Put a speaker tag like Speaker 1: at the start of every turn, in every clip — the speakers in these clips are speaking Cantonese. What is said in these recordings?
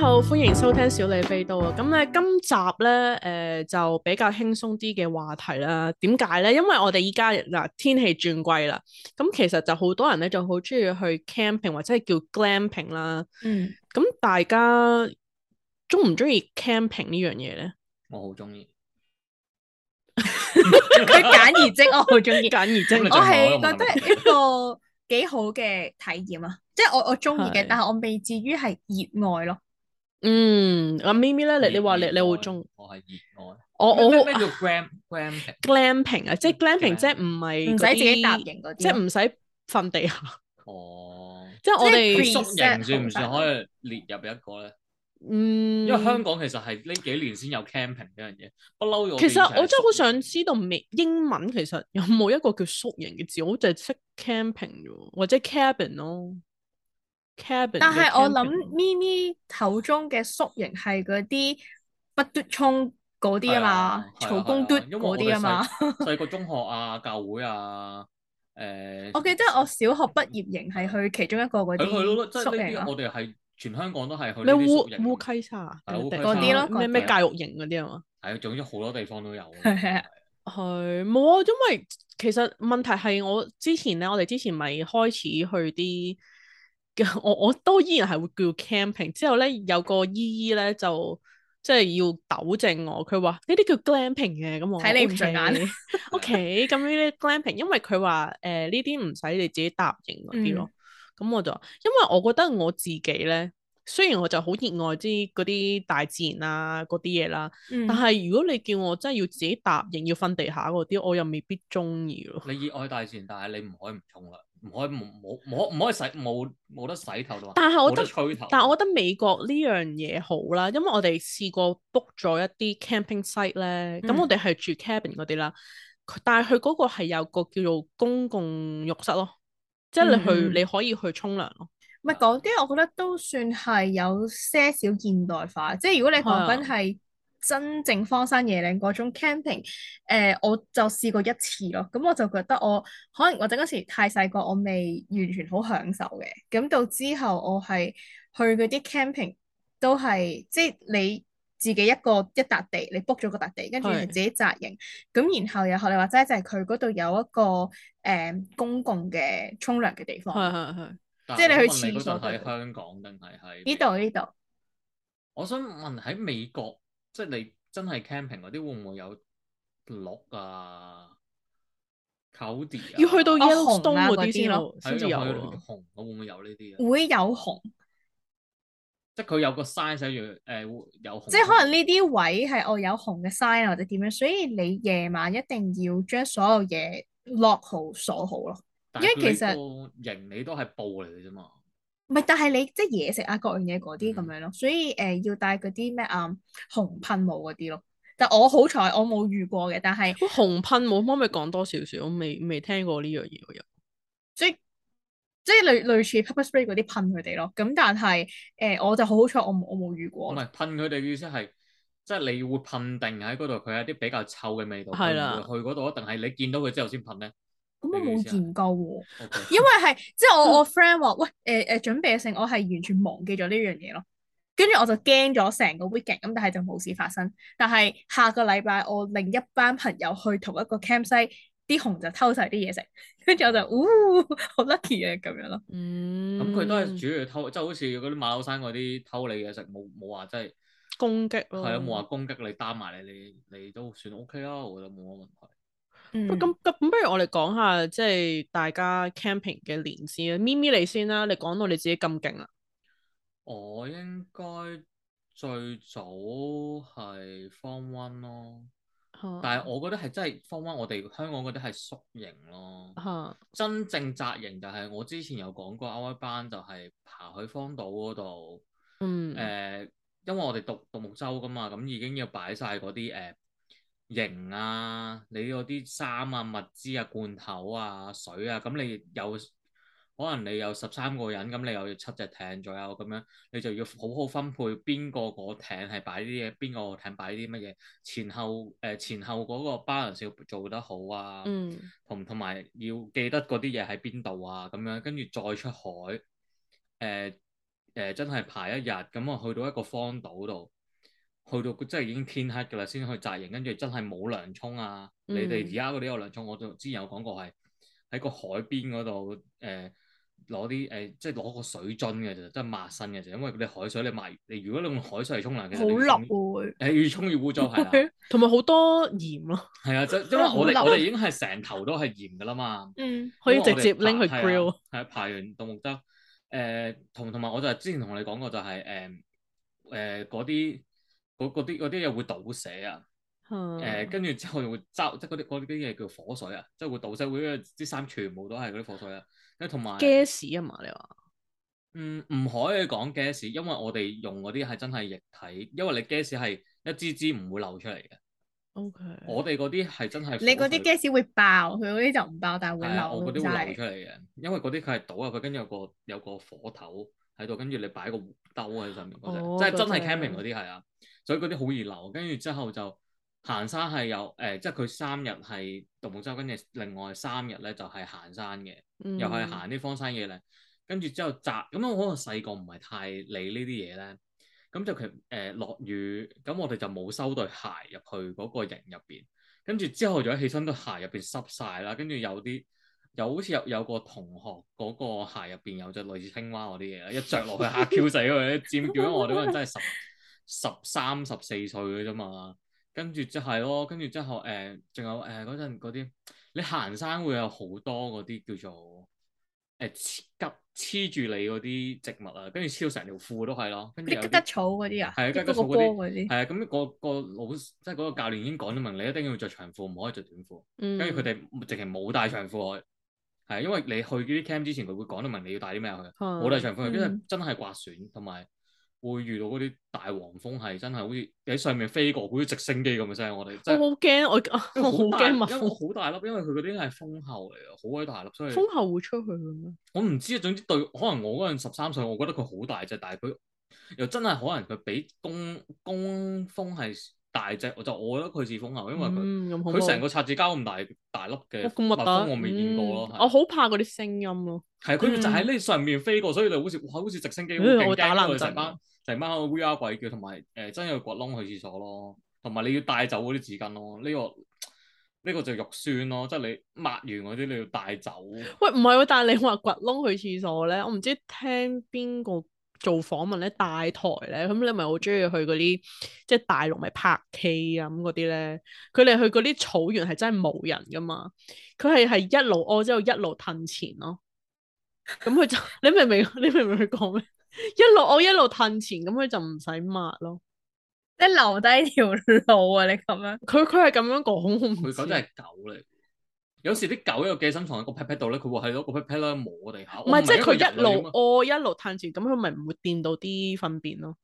Speaker 1: 好，歡迎收聽小李飛刀啊！咁咧，今集咧，誒、呃、就比較輕鬆啲嘅話題啦。點解咧？因為我哋依家嗱天氣轉季啦，咁其實就好多人咧就好中意去 camping 或者係叫 glamping 啦。
Speaker 2: 嗯，
Speaker 1: 咁大家中唔中意 camping 呢樣嘢咧？
Speaker 3: 我好中意。
Speaker 2: 佢簡而精，我好中 意。
Speaker 1: 簡而精，
Speaker 2: 我係覺得一個幾好嘅體驗啊，即係我我中意
Speaker 1: 係
Speaker 2: 嘅，但係我未至於係熱愛咯。
Speaker 1: 嗯，阿咪咪咧，你你話你你會中？
Speaker 3: 我係熱愛。
Speaker 1: 我啊我
Speaker 3: 咩咩叫 gram gramping？
Speaker 1: glamping 啊，即係 glamping，
Speaker 3: glamping
Speaker 1: 即係唔係
Speaker 2: 唔使
Speaker 1: 嗰
Speaker 2: 自己
Speaker 1: 啲
Speaker 2: 搭營嗰啲，
Speaker 1: 即係唔使瞓地下，
Speaker 3: 哦，
Speaker 1: 即係我
Speaker 2: 即係
Speaker 1: 哋
Speaker 2: pre-
Speaker 3: 宿營
Speaker 2: preset
Speaker 3: 算唔算
Speaker 2: 好
Speaker 3: 可以列入一個咧？
Speaker 1: 嗯，
Speaker 3: 因為香港其實係呢幾年先有 camping 呢樣嘢，不嬲我哋
Speaker 1: 其
Speaker 3: 以前
Speaker 1: 實
Speaker 3: 係
Speaker 1: 我真係好想
Speaker 3: 宿營
Speaker 1: 知道美英文其實有冇一個叫宿營嘅字，我就係識 camping 啫喎，或者 cabin 咯，cabin 嘅 camping 咯。
Speaker 2: 但係我諗咪咪口中嘅宿營係嗰啲不嘟衝嗰啲啊
Speaker 3: 係啊
Speaker 2: 嘛，
Speaker 3: 係啊
Speaker 2: 曹公嘟
Speaker 3: 係啊因為
Speaker 2: 嗰
Speaker 3: 我哋
Speaker 2: 啲啊嘛。
Speaker 3: 細細個中學啊、教會啊，誒，
Speaker 2: 我記得我小學畢業營係去其中一個嗰
Speaker 3: 佢去
Speaker 2: 啲
Speaker 3: 咯，
Speaker 2: 啊
Speaker 3: 即
Speaker 2: 宿
Speaker 3: 係呢
Speaker 2: 營
Speaker 3: 啲
Speaker 2: 咯，
Speaker 3: 我哋係全香港都係去
Speaker 1: 啊你
Speaker 3: 呢啲
Speaker 1: 烏
Speaker 3: 宿營
Speaker 1: 烏溪沙啊
Speaker 3: 係啊烏溪
Speaker 2: 沙嗰啲咯
Speaker 1: 咩咩
Speaker 2: 嗰啲
Speaker 1: 教育營嗰啲啊嘛，
Speaker 3: 係啊，總之好多地方都有。
Speaker 2: 係啊
Speaker 1: 係冇啊，因為其實問題係我之前咧，我哋之前咪開始去啲。我我都依然係會叫 camping，之後咧有個姨姨咧就即係要糾正我，佢話呢啲叫 glamping 嘅，咁我
Speaker 2: 睇你唔順
Speaker 1: "OK
Speaker 2: 眼
Speaker 1: O K，咁呢啲 glamping，因為佢話誒呢啲唔使你自己搭營嗰啲咯，
Speaker 2: 嗯
Speaker 1: 咁、我就話因為我覺得我自己咧，雖然我就好熱愛啲嗰啲大自然啊嗰啲嘢啦，
Speaker 2: 嗯
Speaker 1: 但係如果你叫我真係要自己搭營要瞓地下嗰啲，我又未必中意咯。
Speaker 3: 你熱愛大自然，但係你唔可以唔沖涼，唔可以冇冇冇唔可以洗冇冇得洗頭啦，
Speaker 1: 但係我覺
Speaker 3: 冇得
Speaker 1: 得，
Speaker 3: 吹頭。
Speaker 1: 但係我覺得美國呢樣嘢好啦，因為我哋試過 book 咗一啲 camping site 咧，咁、
Speaker 2: 嗯
Speaker 1: 我哋係住 cabin 嗰啲啦，佢但係佢嗰個係有個叫做公共浴室咯，即係你去、
Speaker 2: 嗯嗯
Speaker 1: 你可以去沖涼咯。
Speaker 2: 唔係嗰啲，我覺得都算係有些少現代化。即係如果你講
Speaker 1: 啊
Speaker 2: 緊係真正荒山野嶺嗰種 camping，誒、我呃就試過一次咯。咁我就覺得我可能或者嗰時太細個，我未完全好享受嘅。咁到之後我係去嗰啲 camping 都係即係你自己一個一笪地，你 book 咗個笪地，跟住
Speaker 1: 係
Speaker 2: 你自己紮營。咁然後又學你話齋，就係佢嗰度有一個誒、公共嘅沖涼嘅地方。
Speaker 1: 係係係，
Speaker 3: 但
Speaker 2: 即係你
Speaker 3: 我想問
Speaker 2: 去廁所
Speaker 3: 嗰陣
Speaker 2: 都
Speaker 3: 喺香港定係喺
Speaker 2: 呢
Speaker 3: 美
Speaker 2: 度
Speaker 3: 國？
Speaker 2: 呢度。
Speaker 3: 我想問喺美國，即係你真係 camping 嗰啲會唔會有鹿啊、狗啲啊？
Speaker 1: 要去到
Speaker 2: 哦
Speaker 1: Yellowstone
Speaker 2: 紅啊
Speaker 1: 嗰
Speaker 2: 嗰
Speaker 1: 啲
Speaker 2: 啲
Speaker 1: 先
Speaker 2: 咯
Speaker 1: 先至有啊喎。
Speaker 3: 紅，我會唔會有呢啲啊？
Speaker 2: 啊會有紅，
Speaker 3: 即係佢有個 size 寫住誒會有紅，
Speaker 2: 即係可能呢啲位係我有紅嘅 sign 或者點樣，所以你夜晚一定要將所有嘢 lock 好鎖好咯。
Speaker 3: 但
Speaker 2: 因為
Speaker 3: 係佢
Speaker 2: 其實
Speaker 3: 個營你都係布嚟嘅啫嘛。
Speaker 2: 唔係，但係你即係嘢食啊，各樣嘢嗰啲咁
Speaker 3: 嗯
Speaker 2: 樣咯，所以誒、呃要帶嗰啲咩啊紅噴霧嗰啲咯。但我好彩我冇遇過嘅，但係
Speaker 1: 喂紅噴霧可唔可以講多少少？我未未聽過呢樣嘢喎又。
Speaker 2: 即係即係類類似 pepper spray 嗰啲噴佢哋咯。咁但係誒、呃我就好好彩我冇我冇遇過
Speaker 3: 唔
Speaker 2: 咯。
Speaker 3: 係噴佢哋嘅意思係，即係你會噴定喺嗰度，佢有啲比較臭嘅味道，
Speaker 1: 係啦
Speaker 3: 佢唔會去嗰度，定係你見到佢之後先噴咧
Speaker 2: 咁我
Speaker 3: 你嘅意
Speaker 2: 冇
Speaker 3: 思係
Speaker 2: 研究喎。
Speaker 3: ？OK，
Speaker 2: 因為係 即係我我 friend 話喂誒誒、準備性，我係完全忘記咗呢樣嘢咯。跟住我就驚咗成個 weekend 咁，但係就冇事發生。但係下個禮拜我另一班朋友去同一個 campsite，啲熊就偷晒啲嘢食，跟住我就嗚好 lucky 啊咁樣咯。
Speaker 1: 嗯，
Speaker 3: 咁佢都係主要偷，即係好似嗰啲馬騮山嗰啲偷你嘢食，冇冇話真係
Speaker 1: 攻擊咯。
Speaker 3: 係啊，冇話攻擊你擔埋你，你你都算 OK 啊，我覺得冇乜問題。
Speaker 2: 嗯
Speaker 1: 喂咁咁，不如我哋講下即係大家 camping 嘅年先啊啦。咪咪你先啦，你講到你自己咁勁啦，
Speaker 3: 我應該最早係 Form One 咯，但係我覺得係真係 Form One，我哋香港嗰啲係宿營咯。
Speaker 1: 嚇
Speaker 3: 真正紮營就係我之前有講過 o u 班就係爬去荒島嗰度，誒、
Speaker 1: 嗯
Speaker 3: 呃因為我哋獨獨木舟噶嘛，咁已經要擺晒嗰啲誒營啊，你嗰啲衫啊、物資啊、罐頭啊、水啊，咁你有可能你有十三個人，咁你又要七隻艇左右咁樣，你就要好好分配邊個個艇係擺啲嘢，邊個個艇擺啲乜嘢，前後誒、前後嗰個 balance 要做得好啊。
Speaker 1: 嗯
Speaker 3: 同同埋要記得嗰啲嘢喺邊度啊，咁樣跟住再出海，誒、誒真係排一日，咁我去到一個荒島度，去到真係已經天黑㗎啦，先去紮營，跟住真係冇涼衝啊！
Speaker 1: 嗯
Speaker 3: 你哋而家嗰啲有涼衝，我就之前有講過係喺個海邊嗰度誒攞啲誒，即係攞個水樽嘅啫，即係抹身嘅啫，因為你海水你抹，你如果你用海水嚟沖涼，其實
Speaker 2: 好
Speaker 3: 你
Speaker 2: 落會，
Speaker 3: 誒越沖越污糟 係啦，
Speaker 1: 同埋好多鹽咯，
Speaker 3: 係啊，即因為我
Speaker 2: 好
Speaker 3: 哋
Speaker 2: 笠
Speaker 3: 我哋已經係成頭都係鹽㗎啦嘛。
Speaker 2: 嗯，
Speaker 1: 可以
Speaker 3: 因為
Speaker 1: 直
Speaker 3: 我哋
Speaker 1: 接拎去
Speaker 3: 排
Speaker 1: grill。。
Speaker 3: 係啊，排完獨木舟，誒同同埋我就係之前同你講過就係誒誒嗰啲嗰嗰啲嗰啲嘢會倒瀉啊，誒
Speaker 1: 誒，
Speaker 3: 跟住之後會周即係嗰啲嗰啲嘢叫火水啊，即係會倒瀉，會啲衫全部都係嗰啲火水啊，跟住同埋
Speaker 1: gas 啊嘛，你話
Speaker 3: 嗯唔可以講 gas，因為我哋用嗰啲係真係液體，因為你 gas 係一支支唔會漏出嚟嘅，
Speaker 1: ？OK。
Speaker 3: 我哋嗰啲係真係
Speaker 2: 你嗰
Speaker 3: 火水
Speaker 2: 啲 gas 會爆，佢嗰啲就唔爆，但係會
Speaker 3: 係啊，我嗰
Speaker 2: 漏，
Speaker 3: 啲
Speaker 2: 真
Speaker 3: 會流
Speaker 2: 係
Speaker 3: 出嚟嘅，因為嗰啲佢係倒入去，跟住有個有個火頭喺度，跟住你擺個兜喺上面嗰
Speaker 1: 哦
Speaker 3: 隻，即係真係
Speaker 1: 嗰隻
Speaker 3: camping 嗰啲係啊，所以嗰啲好易流。跟住之後就行山係有誒、即係佢三日係獨木舟，跟住另外三日咧就係、行山嘅，又係
Speaker 1: 嗯
Speaker 3: 行啲荒山野嶺。跟住之後摘，咁我可能細個唔係太理呢啲嘢咧，咁就其實誒落雨，咁我哋就冇收對鞋入去嗰個營入邊。跟住之後就起身對鞋入邊濕晒啦，跟住有啲有好似有有個同學嗰個鞋入邊有隻類似青蛙嗰啲嘢啦，一着落 去嚇 Q 死佢，一尖叫！因為我哋嗰陣真係十十三十四歲嘅啫嘛。跟住即係咯，跟住之後誒，仲、有誒嗰陣嗰啲，你行山會有好多嗰啲叫做誒黐吉黐住你嗰啲植物啊，跟住黐到成條褲都係咯，跟住有
Speaker 2: 啲吉
Speaker 3: 啲
Speaker 2: 吉草嗰啲啊，
Speaker 3: 係啊吉吉
Speaker 2: 啲嗰
Speaker 3: 草
Speaker 2: 個
Speaker 3: 嗰
Speaker 2: 波
Speaker 3: 啲
Speaker 2: 嗰啲，
Speaker 3: 係啊，咁、個個老師即係嗰個教練已經講咗明，你一定要着長褲，唔可以着短褲。
Speaker 1: 嗯
Speaker 3: 跟住佢哋直情冇帶長褲去，係因為你去嗰啲 camp 之前，佢會講到明你要帶啲咩去，
Speaker 1: 係
Speaker 3: 冇帶長褲去，跟住
Speaker 2: 嗯
Speaker 3: 真係刮損，同埋會遇到嗰啲大黃蜂係真係好似喺上面飛過，好似直升機咁嘅聲，我哋
Speaker 1: 我
Speaker 3: 真係
Speaker 1: 好驚，我
Speaker 3: 因
Speaker 1: 我好
Speaker 3: 為好
Speaker 1: 驚
Speaker 3: 大，
Speaker 1: 蜜啊
Speaker 3: 因為
Speaker 1: 蜂，
Speaker 3: 好大粒，因為佢嗰啲係蜂後嚟嘅，好鬼大粒，所以
Speaker 1: 蜂後會出去嘅咩？
Speaker 3: 我唔知啊。總之對，可能我嗰陣十三歲，我覺得佢好大隻，但係佢又真係可能佢比公公蜂係大隻，我就我覺得佢似蜂後，因為佢。
Speaker 1: 嗯咁恐怖
Speaker 3: 佢成個擦紙膠咁大大粒嘅
Speaker 1: 哇咁核
Speaker 3: 蜜蜂
Speaker 1: 突，
Speaker 3: 我未見過咯，
Speaker 1: 嗯
Speaker 3: 係
Speaker 1: 我好怕嗰啲聲音咯。
Speaker 3: 係啊佢就喺呢上面飛過，所以你好似哇，好似直升機咁
Speaker 1: 嗯
Speaker 3: 勁
Speaker 1: 我打
Speaker 3: 驚
Speaker 1: 冷
Speaker 3: 佢
Speaker 1: 震
Speaker 3: 成班成班 VR 鬼叫，同埋誒真係要掘窿去廁所咯，同埋你要帶走嗰啲紙巾咯，呢、個。呢個就肉酸咯，即係你抹完嗰啲你要帶走，
Speaker 1: 喂，唔係喎，但係你話掘窿去廁所咧，我唔知聽邊個做訪問咧，大台咧，咁你咪好中意去嗰啲即係大陸咪拍 K 啊咁嗰啲咧，佢哋去嗰啲草原係真係冇人噶嘛，佢係係一路屙之後一路褪前咯，咁佢就 你明唔明？你明唔明佢講咩？ 一路屙一路褪前，咁佢就唔使抹咯。
Speaker 2: 即係留低條路啊！你咁樣，
Speaker 1: 佢佢係咁樣講，我唔
Speaker 3: 佢
Speaker 1: 知啊
Speaker 3: 嗰隻係狗嚟。有時啲狗有寄生蟲喺個 pat pat 度咧，佢會喺攞個 pat pat 咧摸地下。哦
Speaker 1: 唔係，即係
Speaker 3: 係
Speaker 1: 佢一路屙一路褪前，咁佢咪唔會掂到啲糞便咯。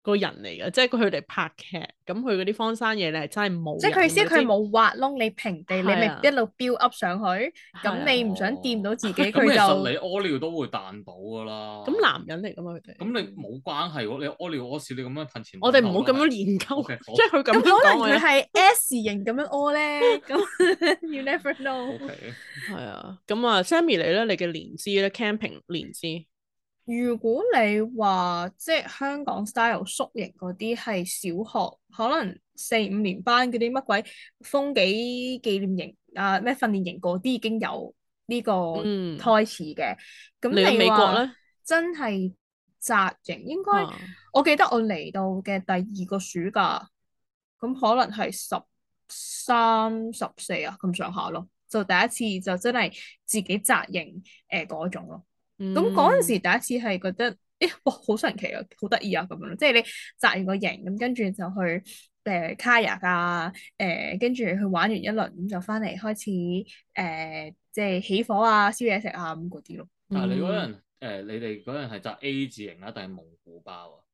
Speaker 1: 個人嚟嘅，即係佢哋拍劇，咁佢嗰啲荒山野咧係真係冇人。
Speaker 2: 即係佢意思，佢
Speaker 1: 你知，
Speaker 2: 冇挖窿你平地，你咪
Speaker 1: 係啊
Speaker 2: 一路 build up 上去，
Speaker 1: 係啊
Speaker 2: 咁你唔想掂到自己，
Speaker 3: 咁
Speaker 2: 佢
Speaker 3: 其
Speaker 2: 就
Speaker 3: 實你屙尿都會彈到㗎啦。
Speaker 1: 咁男人嚟噶嘛佢哋。
Speaker 3: 咁
Speaker 2: 嗯
Speaker 3: 你冇啊關係喎，你屙尿屙屎你咁樣褪前，
Speaker 1: 我哋唔好咁樣研究，
Speaker 3: OK，好
Speaker 1: 即係佢咁
Speaker 2: 咁
Speaker 1: 樣
Speaker 2: 可能
Speaker 1: 講我
Speaker 2: 佢
Speaker 1: 哋。
Speaker 2: 係 S 型咁樣屙咧， 咁 you never know。
Speaker 3: O K，
Speaker 1: 係啊，咁啊，Sammy 你咧，你嘅年資咧，camping 年資，
Speaker 2: 如果你話即係香港 style 宿營嗰啲係小學，可能四五年班嗰啲乜鬼風紀紀念營啊咩訓練營嗰啲已經有呢個
Speaker 1: 嗯
Speaker 2: 開始嘅。咁、
Speaker 1: 嚟到美國
Speaker 2: 話
Speaker 1: 咧，
Speaker 2: 真係紮營，應該、
Speaker 1: 啊
Speaker 2: 我記得我嚟到嘅第二個暑假，咁可能係十三十四啊咁上下咯，就第一次就真係自己紮營誒嗰種咯。
Speaker 1: 嗯
Speaker 2: 咁嗰陣時，第一次係覺得，咦，哇，好神奇啊，好得意啊咁樣咯，即係你紮完個營，咁跟住就去誒 kayak 啊，誒跟住去玩完一輪，咁就翻嚟開始誒、呃即係起火啊、燒嘢食啊咁嗰啲咯。
Speaker 3: 但係你嗰
Speaker 1: 人
Speaker 3: 陣誒，你哋嗰陣係紮 A 字型啊啦，定係蒙古包啊？呃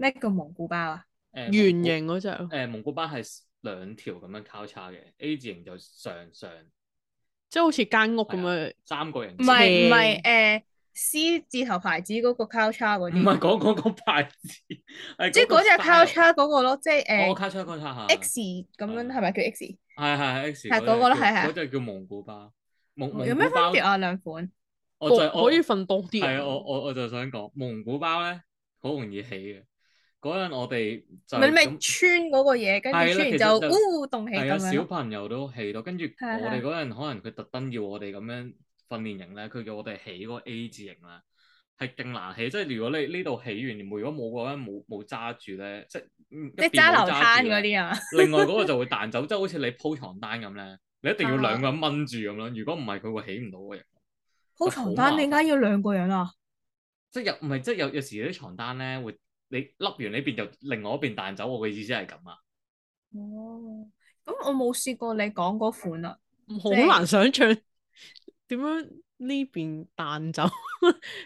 Speaker 2: 咩叫蒙古包啊？
Speaker 3: 誒
Speaker 1: 圓形嗯嗰只，
Speaker 3: 蒙古呃誒蒙古包係兩條咁樣交叉嘅，A 字型就上上
Speaker 1: 即係好似間屋
Speaker 3: 啊
Speaker 1: 咁樣。
Speaker 3: 三個人，
Speaker 2: 唔係唔
Speaker 1: 斜
Speaker 2: 係誒 C 字頭牌子嗰個交叉嗰
Speaker 3: 唔
Speaker 2: 啲，
Speaker 3: 係講嗰個牌子，係
Speaker 2: 即係嗰隻交
Speaker 3: 交，
Speaker 2: 叉嗰個咯，即係
Speaker 3: 哦
Speaker 2: 誒
Speaker 3: 交叉交叉嚇
Speaker 2: X 咁樣係咪叫 X？
Speaker 3: 係係係 X
Speaker 2: 係嗰個咯
Speaker 3: 隻
Speaker 2: 係係
Speaker 3: 嗰隻叫蒙古包，蒙蒙
Speaker 2: 有咩
Speaker 3: 古
Speaker 2: 分
Speaker 3: 包
Speaker 2: 別啊？兩款
Speaker 3: 我最
Speaker 1: 可以瞓多啲。
Speaker 3: 係啊，我我我就想講蒙古包咧，好容易起嘅。嗰陣我哋就
Speaker 2: 咪咪
Speaker 3: 咁
Speaker 2: 穿嗰個嘢，跟
Speaker 3: 係啦
Speaker 2: 住
Speaker 3: 其實
Speaker 2: 穿完
Speaker 3: 就
Speaker 2: 就呜動起
Speaker 3: 係
Speaker 2: 咁
Speaker 3: 啊，小
Speaker 2: 樣。
Speaker 3: 朋友都起到，跟住我
Speaker 2: 係
Speaker 3: 哋嗰陣可能佢特登要我哋咁樣訓練營咧，佢叫我哋起嗰個 A 字型啦，係勁難起。即係如果你呢度起完，如果冇嗰陣冇冇揸住咧，即係嗯
Speaker 2: 即係
Speaker 3: 一邊
Speaker 2: 揸
Speaker 3: 冇
Speaker 2: 流
Speaker 3: 揸
Speaker 2: 灘
Speaker 3: 住
Speaker 2: 嗰
Speaker 3: 咧
Speaker 2: 啲啊，
Speaker 3: 另外嗰個就會彈走，即係好似你鋪床單咁咧，你一定要
Speaker 2: 啊
Speaker 3: 兩個人掹住咁樣。如果唔係，佢會起唔到嘅。
Speaker 2: 鋪
Speaker 3: 好
Speaker 2: 床
Speaker 3: 麻
Speaker 2: 單點解要兩個人啊？
Speaker 3: 即係有唔係即係有有時啲床單咧會你笠完呢邊就另外一邊彈走，我嘅意思係咁啊。
Speaker 2: 哦，咁我冇試過你講嗰款 啊。
Speaker 1: 好
Speaker 2: 即係
Speaker 1: 難想象點樣呢邊彈走。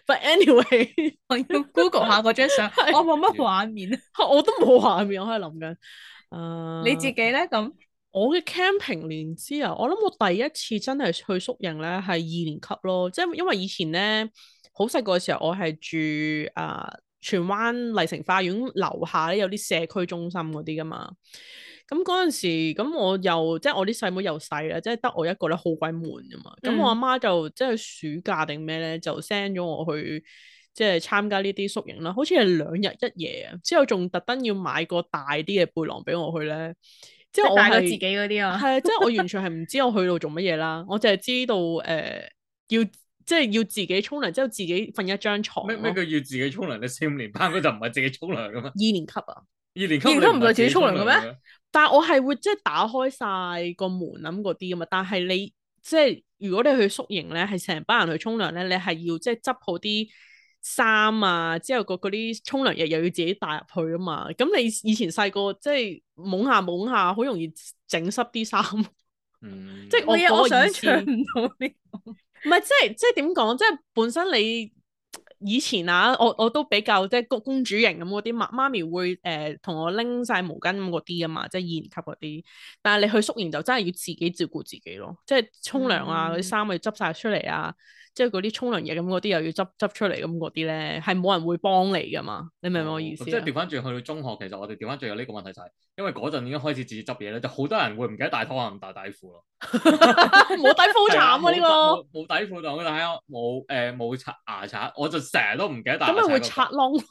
Speaker 1: But anyway，
Speaker 2: 我
Speaker 3: 啊
Speaker 2: 要 Google 下嗰張相，
Speaker 1: 係
Speaker 2: 我冇乜畫面。
Speaker 1: 我都冇畫面，我喺度諗緊。啊
Speaker 2: 你自己咧咁，
Speaker 1: 我嘅 camping 年資啊，我諗我第一次真係去宿營咧係二年級咯，即係因為以前咧好細個嘅時候，我係住啊、荃灣麗城花園樓下咧有啲社區中心嗰啲噶嘛，咁嗰陣時咁我又即係我啲細妹又細啦，即係得我一個咧好鬼悶噶嘛，咁我阿
Speaker 2: 嗯
Speaker 1: 媽就即係暑假定咩咧就 send 咗我去。即係參加呢啲宿營啦，好似係兩日一夜啊！之後仲特登要買個大啲嘅背囊俾我去咧，即
Speaker 2: 即
Speaker 1: 係
Speaker 2: 係
Speaker 1: 我
Speaker 2: 大過
Speaker 1: 係
Speaker 2: 自己嗰啲啊。
Speaker 1: 係啊，即係我完全係唔知我去到做乜嘢啦，我淨係知道誒、呃要即係要自己沖涼，之後自己瞓一張床
Speaker 3: 咩
Speaker 1: 咯。
Speaker 3: 咩叫要自己沖涼？你四五年班嗰就唔係自己沖涼噶嘛？
Speaker 1: 二年級啊，
Speaker 3: 二年級
Speaker 2: 二年級
Speaker 3: 你
Speaker 2: 唔係自己沖涼嘅咩
Speaker 3: 嘅咩？
Speaker 1: 但係我係會即係打開晒個門啊咁嗰啲噶嘛，但係你即係如果你去宿營咧，係成班人去沖涼咧，你係要即係執好啲。衫啊，之後個嗰啲沖涼液又要自己帶入去啊嘛，咁你以前細個即係懵下懵下，好容易整濕啲衫。唔
Speaker 3: 嗯，
Speaker 1: 即係我
Speaker 2: 我
Speaker 1: 嗰個
Speaker 2: 我想
Speaker 1: 意思
Speaker 2: 象唔到呢。
Speaker 1: 係即係即係點講？即係本身你以前啊，我我都比較即係公公主型咁嗰啲，媽媽咪會誒同、我拎晒毛巾咁嗰啲噶啊嘛，即係二年級嗰啲。但係你去宿營就真係要自己照顧自己咯，即係沖涼啊，嗰啲
Speaker 2: 嗯
Speaker 1: 衫要執晒出嚟啊，即係嗰啲沖涼啊嘢咁嗰啲又要執執出嚟咁嗰啲咧，係冇人會幫你噶嘛？你明唔明我意思
Speaker 3: 哦咁即係
Speaker 1: 啊？
Speaker 3: 調翻轉去到中學，其實我哋調翻轉有呢個問題就係，因為嗰陣已經開始自己執嘢咧，就好多人會唔記得帶拖啊鞋唔帶底褲咯。
Speaker 1: 冇底褲
Speaker 3: 係啊
Speaker 1: 好慘啊！呢
Speaker 3: 冇
Speaker 1: 個
Speaker 3: 冇冇底褲就我睇下冇誒冇刷牙刷，我就成日都唔記得帶牙
Speaker 1: 咁
Speaker 3: 刷嗰個。
Speaker 1: 咪會拆窿，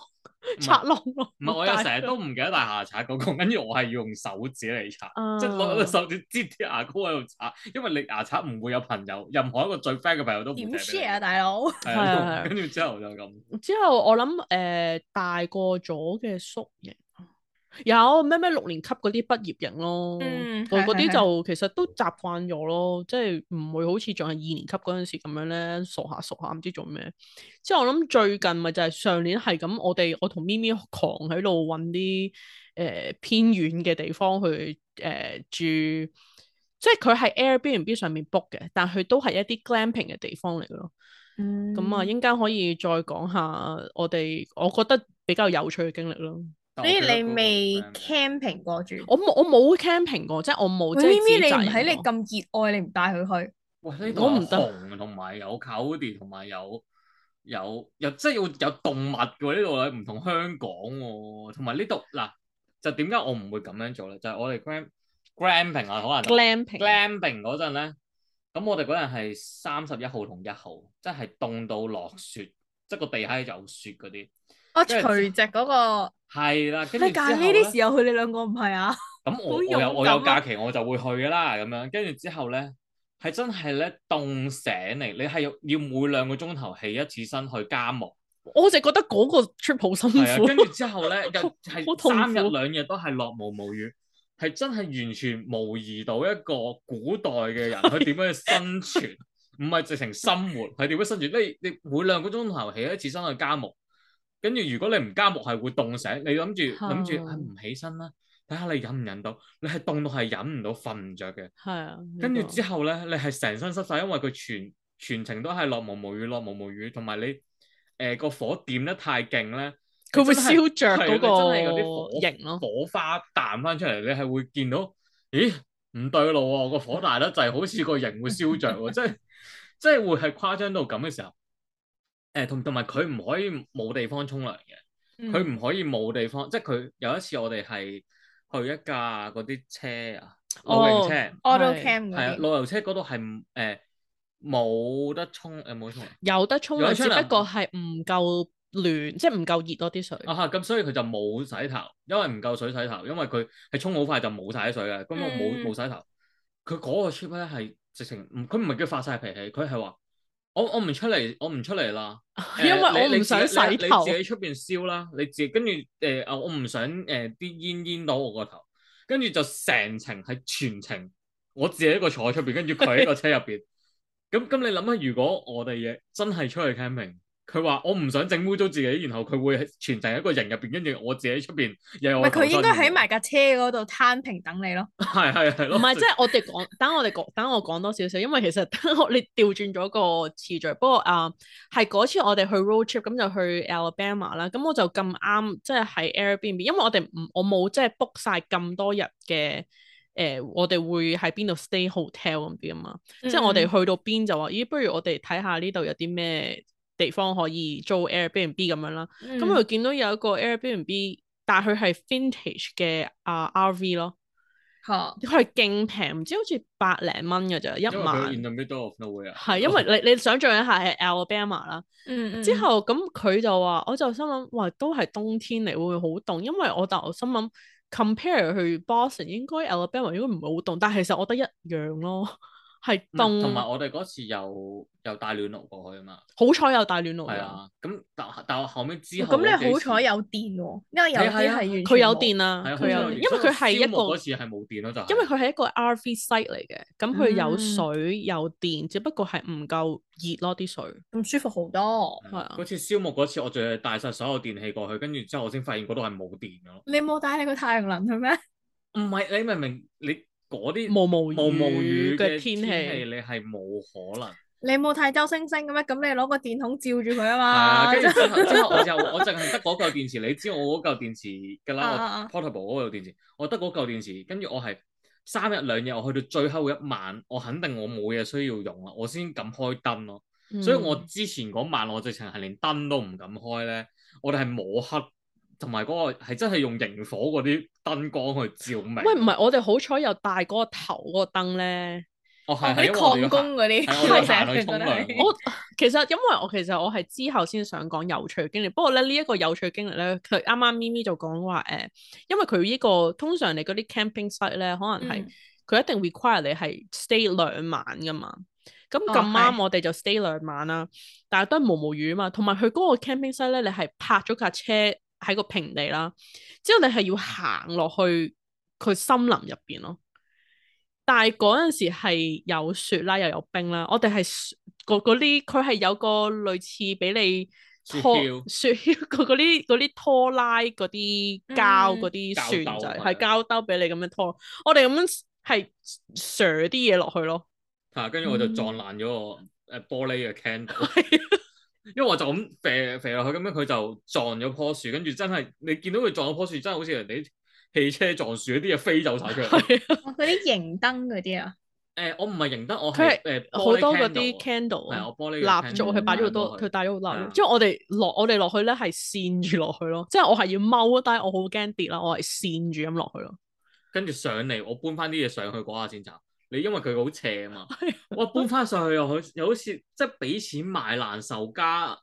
Speaker 3: 係
Speaker 1: 拆窿咯。
Speaker 3: 唔係，我又成日都唔記得帶牙刷嗰個，跟住我係要用手指嚟刷，
Speaker 1: 啊
Speaker 3: 即係
Speaker 1: 嗯
Speaker 3: 攞個手指擠啲牙膏喺度刷，因為你牙刷唔會有朋友，任何一個最 friend 嘅朋友都唔
Speaker 2: 點
Speaker 3: 會借俾
Speaker 2: share
Speaker 3: 你
Speaker 2: 啊，大佬？
Speaker 3: 係啊
Speaker 1: 係係
Speaker 3: 跟住之後就咁。
Speaker 1: 之後我諗誒、呃大個咗嘅宿營有咩咩六年級嗰啲畢業營咯，
Speaker 2: 嗯
Speaker 1: 嗰
Speaker 2: 係
Speaker 1: 嗰啲
Speaker 2: 係
Speaker 1: 就其實都習慣咗咯，即係唔會好似仲係二年級嗰陣時咁樣咧，熟下熟下唔知做咩。之後我諗最近咪就係上年係咁，我哋我同咪咪狂喺度揾啲誒偏遠嘅地方去誒、呃住，即係佢係 Airbnb 上面 book 嘅，但佢都係一啲 glamping 嘅地方嚟嘅咯。咁啊，
Speaker 2: 嗯
Speaker 1: 應間可以再講下我哋，我覺得比較有趣嘅經歷咯。
Speaker 3: 但
Speaker 2: 所
Speaker 3: 我
Speaker 2: 以
Speaker 3: 記得
Speaker 2: 你
Speaker 3: 嗰個
Speaker 2: 未
Speaker 3: friend-
Speaker 2: camping 過住？
Speaker 1: 我冇我冇 camping 過，即係我冇即
Speaker 2: 喂
Speaker 1: 係
Speaker 2: 咪咪，
Speaker 1: 自己
Speaker 2: 你唔
Speaker 1: 紮營
Speaker 2: 喺你
Speaker 1: 過
Speaker 2: 咁熱愛，你唔帶佢去？
Speaker 3: 喂呢度
Speaker 1: 我
Speaker 3: 有
Speaker 1: 唔得
Speaker 3: 熊同埋有 coyote 同埋有有有即係要有動物嘅喎，呢度你唔同香港喎，同埋呢度嗱就點解我唔會咁樣做咧？就係我哋 gram gramping 啊，可能就
Speaker 1: glamping，
Speaker 3: glamping 嗰陣咧，咁我哋嗰陣係三十一號同一號，即係凍到落雪，即係個地喺有雪嗰啲。
Speaker 2: 我哦除
Speaker 3: 跟住
Speaker 2: 夕嗰個，
Speaker 3: 係啦，跟住
Speaker 2: 你
Speaker 3: 之
Speaker 2: 揀
Speaker 3: 後
Speaker 2: 呢
Speaker 3: 咧
Speaker 2: 啲，時候去，你兩個唔係啊？
Speaker 3: 咁我
Speaker 2: 好
Speaker 3: 我
Speaker 2: 勇
Speaker 3: 有我
Speaker 2: 敢
Speaker 3: 有
Speaker 2: 啊
Speaker 3: 假期我就會去㗎啦，咁樣跟住之後咧，係真係咧凍醒嚟，你係要要每兩個鐘頭起一次身去加木，
Speaker 1: 我就覺得嗰個 trip 好辛
Speaker 3: 係啊，跟
Speaker 1: 苦。
Speaker 3: 住之後咧又
Speaker 1: 好
Speaker 3: 係
Speaker 1: 痛
Speaker 3: 三日
Speaker 1: 苦
Speaker 3: 兩夜都係落毛無雨，係真係完全模擬到一個古代嘅人佢點樣去 生存，唔係直情生活，係點樣生存？你你每兩個鐘頭起一次身去加木，跟住如果你唔加木係會凍醒，你諗住諗住
Speaker 1: 係
Speaker 3: 啊唔起身啦，睇下你忍唔忍到，你係凍到係忍唔到瞓唔着嘅。
Speaker 1: 係啊，
Speaker 3: 跟住
Speaker 1: 呢個
Speaker 3: 之後咧，你係成身濕晒，因為佢全全程都係落毛毛雨、落毛毛雨，同埋你誒個、火點得太勁咧，
Speaker 1: 佢會
Speaker 3: 你真係
Speaker 1: 燒着
Speaker 3: 係
Speaker 1: 嗰
Speaker 3: 你真係嗰啲
Speaker 1: 個
Speaker 3: 火
Speaker 1: 型咯。
Speaker 3: 火花彈翻出嚟，你係會見到，咦唔對路喎、個火大得滯，好似個營會燒着 喎，即係即係會係誇張到咁嘅時候。誒同同埋佢唔可以冇地方沖涼嘅。
Speaker 1: 嗯
Speaker 2: 嗯
Speaker 3: 佢唔可以冇地方，即係佢有一次我哋係去一架
Speaker 1: 哦
Speaker 3: 嗰啲車啊，露營車，
Speaker 2: auto
Speaker 1: 係
Speaker 2: cam
Speaker 3: 係啊、
Speaker 2: 嗰啲，
Speaker 3: 露營車嗰度係唔誒冇得沖誒冇得沖涼
Speaker 1: 有得沖
Speaker 3: 有得
Speaker 1: 涼，只
Speaker 3: 沖涼
Speaker 1: 不過係唔夠暖，即係唔夠熱咯啲水。
Speaker 3: 啊哈！咁所以佢就冇洗頭，因為唔夠水洗頭，因為佢係沖好快就冇晒啲水嘅，咁我冇
Speaker 2: 嗯
Speaker 3: 冇洗頭。佢嗰個 trip 咧係直情唔，佢唔係叫發晒脾氣，佢係話我我唔出嚟，我唔出嚟啦。誒
Speaker 1: 因為
Speaker 3: 你
Speaker 1: 我
Speaker 3: 你
Speaker 1: 唔想
Speaker 3: 自己
Speaker 1: 洗頭
Speaker 3: 你，你自己出邊燒啦，你自己跟住誒啊，我唔想誒啲煙煙到我個頭，跟住就成程係全程我自己一個坐喺出邊，跟住佢喺個車入邊。咁咁你諗下，如果我哋嘢真係出去 camping，佢話我唔想整污糟自己，然後佢會喺全程喺一個人入邊，跟住我自己出邊又有
Speaker 2: 唔
Speaker 3: 我
Speaker 2: 係
Speaker 3: 頭
Speaker 2: 佢應該
Speaker 3: 身
Speaker 2: 喺埋架車嗰度攤平等你咯。
Speaker 3: 係係係
Speaker 1: 唔
Speaker 3: 咯，
Speaker 1: 係即係我哋講， 等我哋講，等我講多少少，因為其實 等我你調轉咗個次序。不過啊，係嗰次我哋去 road trip 咁就去 Alabama 啦，咁我就咁啱即係喺 Airbnb，因為我哋唔我冇即係 book 晒咁多日嘅。誒、我哋會喺邊度 stay hotel 咁啲啊嘛，
Speaker 2: 嗯
Speaker 1: 即係我哋去到邊就話，咦，不如我哋睇下呢度有啲咩地方可以租 Airbnb 咁樣啦。
Speaker 2: 嗯
Speaker 1: 咁佢見到有一個 Airbnb，但係佢係 vintage 嘅啊 RV 咯，
Speaker 2: 嚇
Speaker 1: 佢係勁平，唔知好似百零蚊嘅咋，一
Speaker 3: 因為佢哦
Speaker 1: 晚
Speaker 3: in。the middle of nowhere，啊
Speaker 1: 係因為你你想象一下係 Alabama 啦，
Speaker 2: 嗯
Speaker 1: 之後咁佢就話，我就心諗，哇，都係冬天嚟，會好凍，因為我但我心諗 compare 去 Boston 應該 Alabama 應該唔會好凍，但係其實我覺得一樣 咯，係
Speaker 3: 唔係嗯同埋
Speaker 1: 凍，
Speaker 3: 我哋嗰次又又帶暖爐過去啊嘛。
Speaker 1: 好彩有大暖爐
Speaker 3: 係
Speaker 1: 㗎，
Speaker 3: 啊，咁但但我後尾之後
Speaker 2: 咁你
Speaker 3: 嗰
Speaker 2: 好
Speaker 3: 幾
Speaker 2: 彩
Speaker 3: 次
Speaker 2: 有電喎，因為有啲
Speaker 3: 係
Speaker 2: 係
Speaker 3: 啊
Speaker 2: 完全
Speaker 1: 佢有
Speaker 2: 冇
Speaker 1: 電啊，
Speaker 3: 係啊，
Speaker 1: 佢有
Speaker 3: 好
Speaker 1: 電，
Speaker 3: 彩
Speaker 1: 因為佢係
Speaker 3: 所以
Speaker 1: 一個
Speaker 3: 我燒木嗰次係冇電咯，就係
Speaker 1: 因為佢係一個 RV site 嚟嘅，咁佢有
Speaker 2: 嗯
Speaker 1: 水有電，只不過係唔夠熱咯啲水。
Speaker 2: 咁舒服好多。
Speaker 1: 係啊
Speaker 3: 嗰次燒木嗰次，我仲係帶晒所有電器過去，跟住之後我先發現嗰度係冇電嘅咯。
Speaker 2: 你冇帶你個太陽能去咩？
Speaker 3: 唔係你明唔明？你嗰啲
Speaker 1: 毛毛
Speaker 3: 毛毛雨
Speaker 1: 嘅
Speaker 3: 天
Speaker 1: 天氣，
Speaker 3: 氣，你係冇可能。
Speaker 2: 你冇睇周星星嘅咩？咁你攞個電筒照住佢啊
Speaker 3: 係啊，
Speaker 2: 嘛。
Speaker 3: 跟住之後之後我就我淨係得嗰嚿電池，你知我嗰嚿電池
Speaker 2: 啊
Speaker 3: 㗎啦
Speaker 2: 啊啊
Speaker 3: 我，portable 嗰嚿電池，我得嗰嚿電池，跟住我係三日兩夜，我去到最後一晚，我肯定我冇嘢需要用啦，我先敢開燈咯。所以我
Speaker 1: 嗯
Speaker 3: 之前嗰晚我直情係連燈都唔敢開咧，我哋係摸黑，同埋嗰個係真係用營火嗰啲燈光去照明。
Speaker 1: 喂唔係，我哋好彩有戴嗰個頭嗰個燈咧。
Speaker 3: 哦係係因為我
Speaker 2: 啲
Speaker 3: 哋
Speaker 2: 礦
Speaker 3: 要
Speaker 2: 工
Speaker 3: 行
Speaker 2: 嗰啲，
Speaker 3: 係我哋
Speaker 2: 成
Speaker 3: 行
Speaker 2: 日
Speaker 3: 去
Speaker 2: 覺
Speaker 3: 沖
Speaker 2: 得
Speaker 3: 涼
Speaker 2: 係
Speaker 1: 我其實因為我其實我係之後先想講有趣嘅經歷，不過咧呢一、個有趣嘅經歷咧，佢啱啱咪咪就講話誒，因為佢呢、個通常你嗰啲 camping site 咧，可能係
Speaker 2: 嗯
Speaker 1: 佢、一定 require 你係 stay 兩晚噶嘛。咁
Speaker 2: 哦
Speaker 1: 咁啱
Speaker 2: 係
Speaker 1: 我哋就 stay 兩晚啦，但係都係毛毛雨啊嘛，同埋佢嗰個 camping site 咧，你係泊咗架車喺個平地啦，之後你係要行落去佢森林入邊咯。但係嗰陣時係有雪啦，又有冰啦，我哋係雪嗰嗰啲，佢係有個類似俾你拖
Speaker 3: 雪橇
Speaker 1: 雪橇嗰嗰啲嗰啲拖拉嗰啲膠
Speaker 2: 嗯
Speaker 1: 嗰啲
Speaker 3: 膠
Speaker 1: 船
Speaker 3: 兜
Speaker 1: 仔，
Speaker 3: 係
Speaker 1: 係膠兜俾你咁樣拖，我哋咁樣係錘啲嘢落去 咯，
Speaker 3: 嚇，跟住我就
Speaker 2: 嗯
Speaker 3: 撞爛咗個誒玻璃嘅 candle。
Speaker 1: 係啊
Speaker 3: 因為我就咁肥肥落去，咁樣佢就撞咗棵樹，跟住真係你見到佢撞咗棵樹，真係好似人哋汽車撞樹啲嘢飛走晒出嚟。誒、
Speaker 1: 係啊
Speaker 2: 哦嗰啲營燈嗰啲啊。
Speaker 3: 我唔係認得，我
Speaker 1: 佢
Speaker 3: 係誒
Speaker 1: 好
Speaker 3: 玻璃
Speaker 1: 多嗰啲
Speaker 3: candle 係啊
Speaker 1: candle
Speaker 3: 我玻璃嘅
Speaker 1: 蠟燭，佢擺咗
Speaker 2: candle
Speaker 1: 好
Speaker 3: 擺咗落
Speaker 1: 多，
Speaker 3: 去
Speaker 1: 佢帶咗好多
Speaker 3: 係
Speaker 1: 蠟
Speaker 3: 啊
Speaker 1: 燭。之後我哋落，我哋落去咧係跣住落去咯，即係我係要踎，但係我好驚跌啦，我係跣住咁落去咯。
Speaker 3: 跟住上嚟，我搬翻啲嘢上去嗰下先走。你因為佢好斜啊嘛，我搬翻上去又好又好似即係俾錢買難受加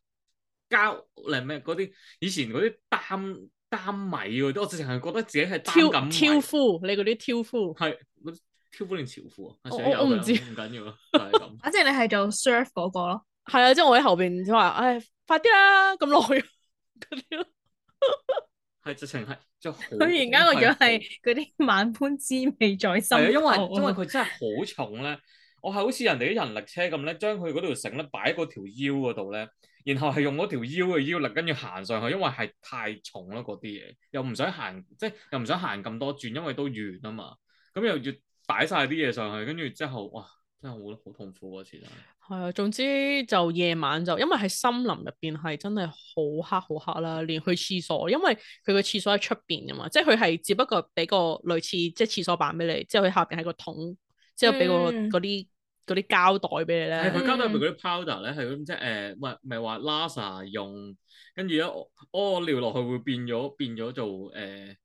Speaker 3: 加誒咩嗰啲以前嗰啲擔擔米嗰啲，我直情係覺得自己係擔
Speaker 1: 挑
Speaker 3: 緊
Speaker 1: 挑
Speaker 3: 米。
Speaker 1: 夫，你嗰啲挑夫
Speaker 3: 係嗰啲挑夫定潮褲啊？
Speaker 1: 我
Speaker 3: 算啦
Speaker 1: 我
Speaker 3: 有
Speaker 1: 唔
Speaker 3: 佢
Speaker 1: 知
Speaker 3: 唔緊要啦，就係咁。
Speaker 2: 反正你啊係做 surf 嗰個咯。
Speaker 1: 係啊，即係我喺後邊就話，唉，快啲啦，咁耐嗰啲咯。
Speaker 3: 係直情係即係好。
Speaker 2: 佢而家個樣係
Speaker 3: 係
Speaker 2: 嗰啲萬般滋味在心
Speaker 3: 係
Speaker 2: 頭。
Speaker 3: 啊，因為因為佢真係好重咧。我係好似人哋啲人力車咁咧，將佢嗰條繩咧擺喺嗰條腰嗰度咧，然後係用嗰條腰嘅腰力跟住行上去，因為係太重啦嗰啲嘢，又唔想行，即係又唔想行咁多轉，因為都遠啊嘛。咁又要擺晒啲嘢上去，跟住之後哇，真係我覺得好痛苦嗰次真係。
Speaker 1: 係啊，總之就夜晚就，因為喺森林入邊係真係好黑好黑啦，連去廁所，因為佢個廁所喺出邊噶嘛，即係佢係只不過俾個類似即係廁所板俾你，之後佢下邊係個桶，之後俾個
Speaker 2: 嗯
Speaker 1: 嗰啲嗰啲膠袋俾你
Speaker 3: 係
Speaker 1: 咧
Speaker 3: 佢，交代
Speaker 2: 嗯
Speaker 3: 佢嗰啲 powder 咧，係咁即係誒，唔係唔係話 Lasa 用，跟住咧屙尿落去會變咗變咗做誒、呃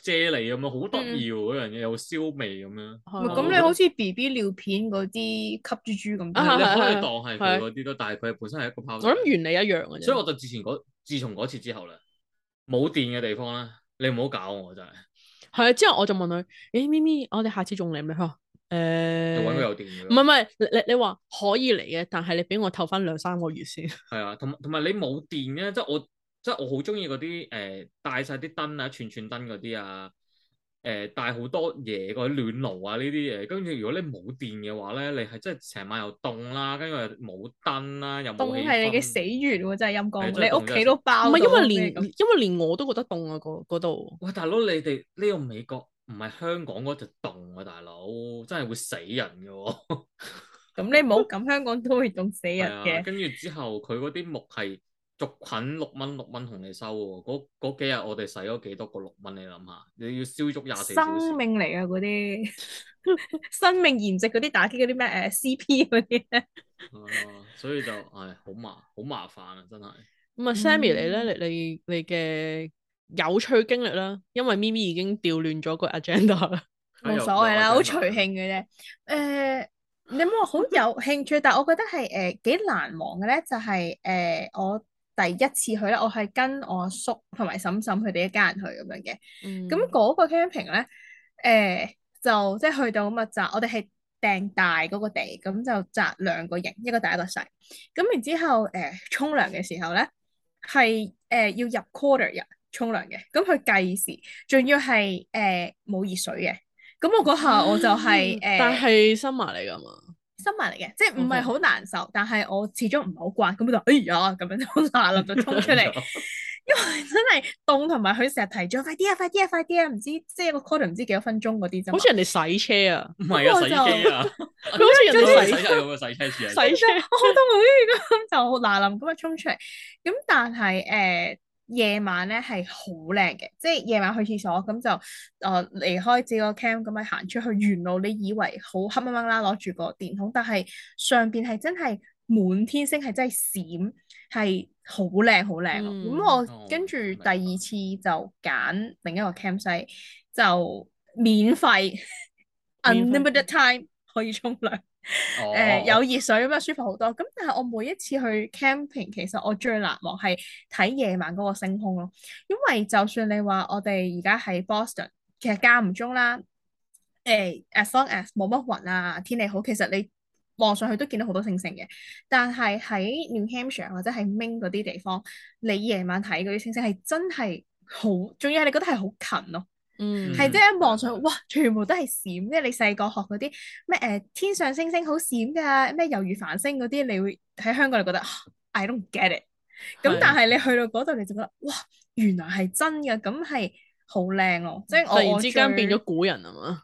Speaker 3: 啫喱咁樣，好
Speaker 1: 嗯
Speaker 3: 得意喎嗰樣嘢，有燒味咁 樣。
Speaker 1: 係
Speaker 2: 咪
Speaker 1: 啊
Speaker 2: 咁你好似 B B 尿片嗰啲吸豬豬咁
Speaker 1: 啊
Speaker 2: 多，
Speaker 3: 你
Speaker 1: 係
Speaker 3: 可以
Speaker 1: 係
Speaker 3: 當係佢
Speaker 1: 係
Speaker 3: 嗰啲咯，但係佢本身係一個泡。
Speaker 1: 我諗原理一樣嘅啫。
Speaker 3: 所以我就自前嗰自從嗰次之後咧，冇電嘅地方咧，你唔好搞我真係，
Speaker 1: 係啊，之後我就問佢：，咦、咪咪，我哋下次仲嚟唔嚟？佢話：
Speaker 3: 你揾佢
Speaker 1: 誒，
Speaker 3: 有電嘅
Speaker 1: 唔係
Speaker 3: 咯。
Speaker 1: 唔係，你你你話可以嚟嘅，但係你俾我唞翻兩三個月先。
Speaker 3: 係啊，同同埋你冇電咧，即係我即係我好中意嗰啲誒帶晒啲燈啊、串串燈嗰啲啊，誒帶好多嘢嗰啲暖爐啊呢啲嘢。跟住如果你冇電嘅話咧，你係真係成晚又凍啦，跟住又冇燈啦，又冇
Speaker 2: 凍
Speaker 3: 氣
Speaker 2: 係你嘅
Speaker 3: 氛
Speaker 2: 死穴喎，真係陰
Speaker 3: 係
Speaker 2: 公，
Speaker 3: 真係
Speaker 2: 你
Speaker 3: 凍
Speaker 2: 屋企都
Speaker 1: 唔
Speaker 2: 爆
Speaker 1: 係因為
Speaker 2: 到
Speaker 1: 連
Speaker 2: 咩咁
Speaker 1: 因為連我都覺得凍啊，嗰嗰度。
Speaker 3: 喂，大佬，你哋呢個美國唔係香港嗰隻凍啊，大佬，真係會死人嘅喎、
Speaker 2: 咁你冇咁香港都會凍死人
Speaker 3: 係啊，
Speaker 2: 嘅。
Speaker 3: 跟住之後佢嗰啲木係逐捆六蚊六蚊同你收喎，嗰嗰幾日我哋使咗幾多個六蚊？你諗下，你要燒足廿四小時
Speaker 2: 生，命嚟啊！嗰啲 生命延續嗰啲打擊嗰啲咩誒 C.P. 嗰啲咧，
Speaker 3: 啊所以就唉好麻好麻煩啊，真係。
Speaker 1: 咁啊，Sammy 你咧，你你你
Speaker 2: 嗯
Speaker 1: 嘅有趣經歷啦，因為咪咪已經調亂咗個 agenda 啦。
Speaker 3: 哎
Speaker 2: 冇
Speaker 3: 又
Speaker 2: 所謂啦，
Speaker 3: 又
Speaker 2: 好
Speaker 3: 話
Speaker 2: 隨
Speaker 3: 真係
Speaker 2: 興嘅啫。誒、你冇話好有興趣，但係我覺得係誒幾難忘嘅咧，就係、誒、我第一次去咧，我係跟我阿叔同埋嬸嬸佢哋一家人去咁樣嘅。咁
Speaker 1: 咁
Speaker 2: 嗰個 camping 咧，誒、就即係去到密集，我哋係訂大嗰個地，咁就擲兩個營，一個大一個細。咁然之後，誒沖涼嘅時候咧，係誒、呃要入 quarter 入沖涼嘅，咁佢計時，仲要係誒冇熱水嘅。咁我嗰下我就係、
Speaker 1: 嗯
Speaker 2: 呃誒。
Speaker 1: 但係新埋嚟噶嘛？
Speaker 2: 新聞嚟嘅，即係唔
Speaker 1: OK
Speaker 2: 係好難受，但係我始終唔係好慣，咁我就哎呀咁樣就好嗱嗱臨就衝出嚟，因為真係凍同埋佢成日提咗快啲啊快啲啊快啲啊，唔知即係個 quarter 唔知幾多分鐘嗰啲啫
Speaker 1: 好
Speaker 2: 嘛
Speaker 1: 似。人哋洗車啊，
Speaker 3: 唔係啊，
Speaker 2: 我就
Speaker 3: 洗 機啊，
Speaker 2: 哦
Speaker 1: 佢好似人哋洗
Speaker 3: 洗車有個洗車池啊，
Speaker 1: 洗車。
Speaker 2: 我好痛苦，咁就好嗱嗱臨咁啊衝出嚟。咁但係誒、呃夜晚咧係好靚嘅，即係夜晚去廁所咁就誒、呃、離開自己個 camp 咁咪行出去沿路，你以為好黑掹掹啦，攞住個電筒，但係上邊係真係滿天星，係真係閃，係好靚好靚咯。咁、
Speaker 1: 嗯
Speaker 2: 我
Speaker 3: 哦
Speaker 2: 跟住
Speaker 3: 明
Speaker 2: 第
Speaker 3: 白
Speaker 2: 二次就揀另一個 campsite 就免費
Speaker 1: 免費
Speaker 2: unlimited time 可以沖涼。誒、
Speaker 3: 哦
Speaker 2: 有熱水咁啊，舒服好多。咁但係我每一次去 camping，其實我最難忘係睇夜晚嗰個星空咯。因為就算你話我哋而家喺 Boston，其實間唔中啦，誒、as long as 冇乜雲啊，天氣好，其實你望上去都見到好多星星嘅。但係喺 New Hampshire 或者係 Maine 嗰啲地方，你夜晚睇嗰啲星星係真係好，仲要係你覺得係好近咯。
Speaker 1: 嗯，
Speaker 2: 係
Speaker 3: 嗯
Speaker 2: 即係一望上去，哇！全部都係閃，即係你細個學嗰啲咩誒天上星星好閃㗎，咩猶如繁星嗰啲，你會喺香港你覺得啊 I don't get it。咁
Speaker 3: 係
Speaker 2: 但係你去到嗰度你就覺得哇，原來係真嘅，咁係好靚咯！即係我
Speaker 1: 突然之間
Speaker 2: 我最
Speaker 1: 變咗古人啊嘛。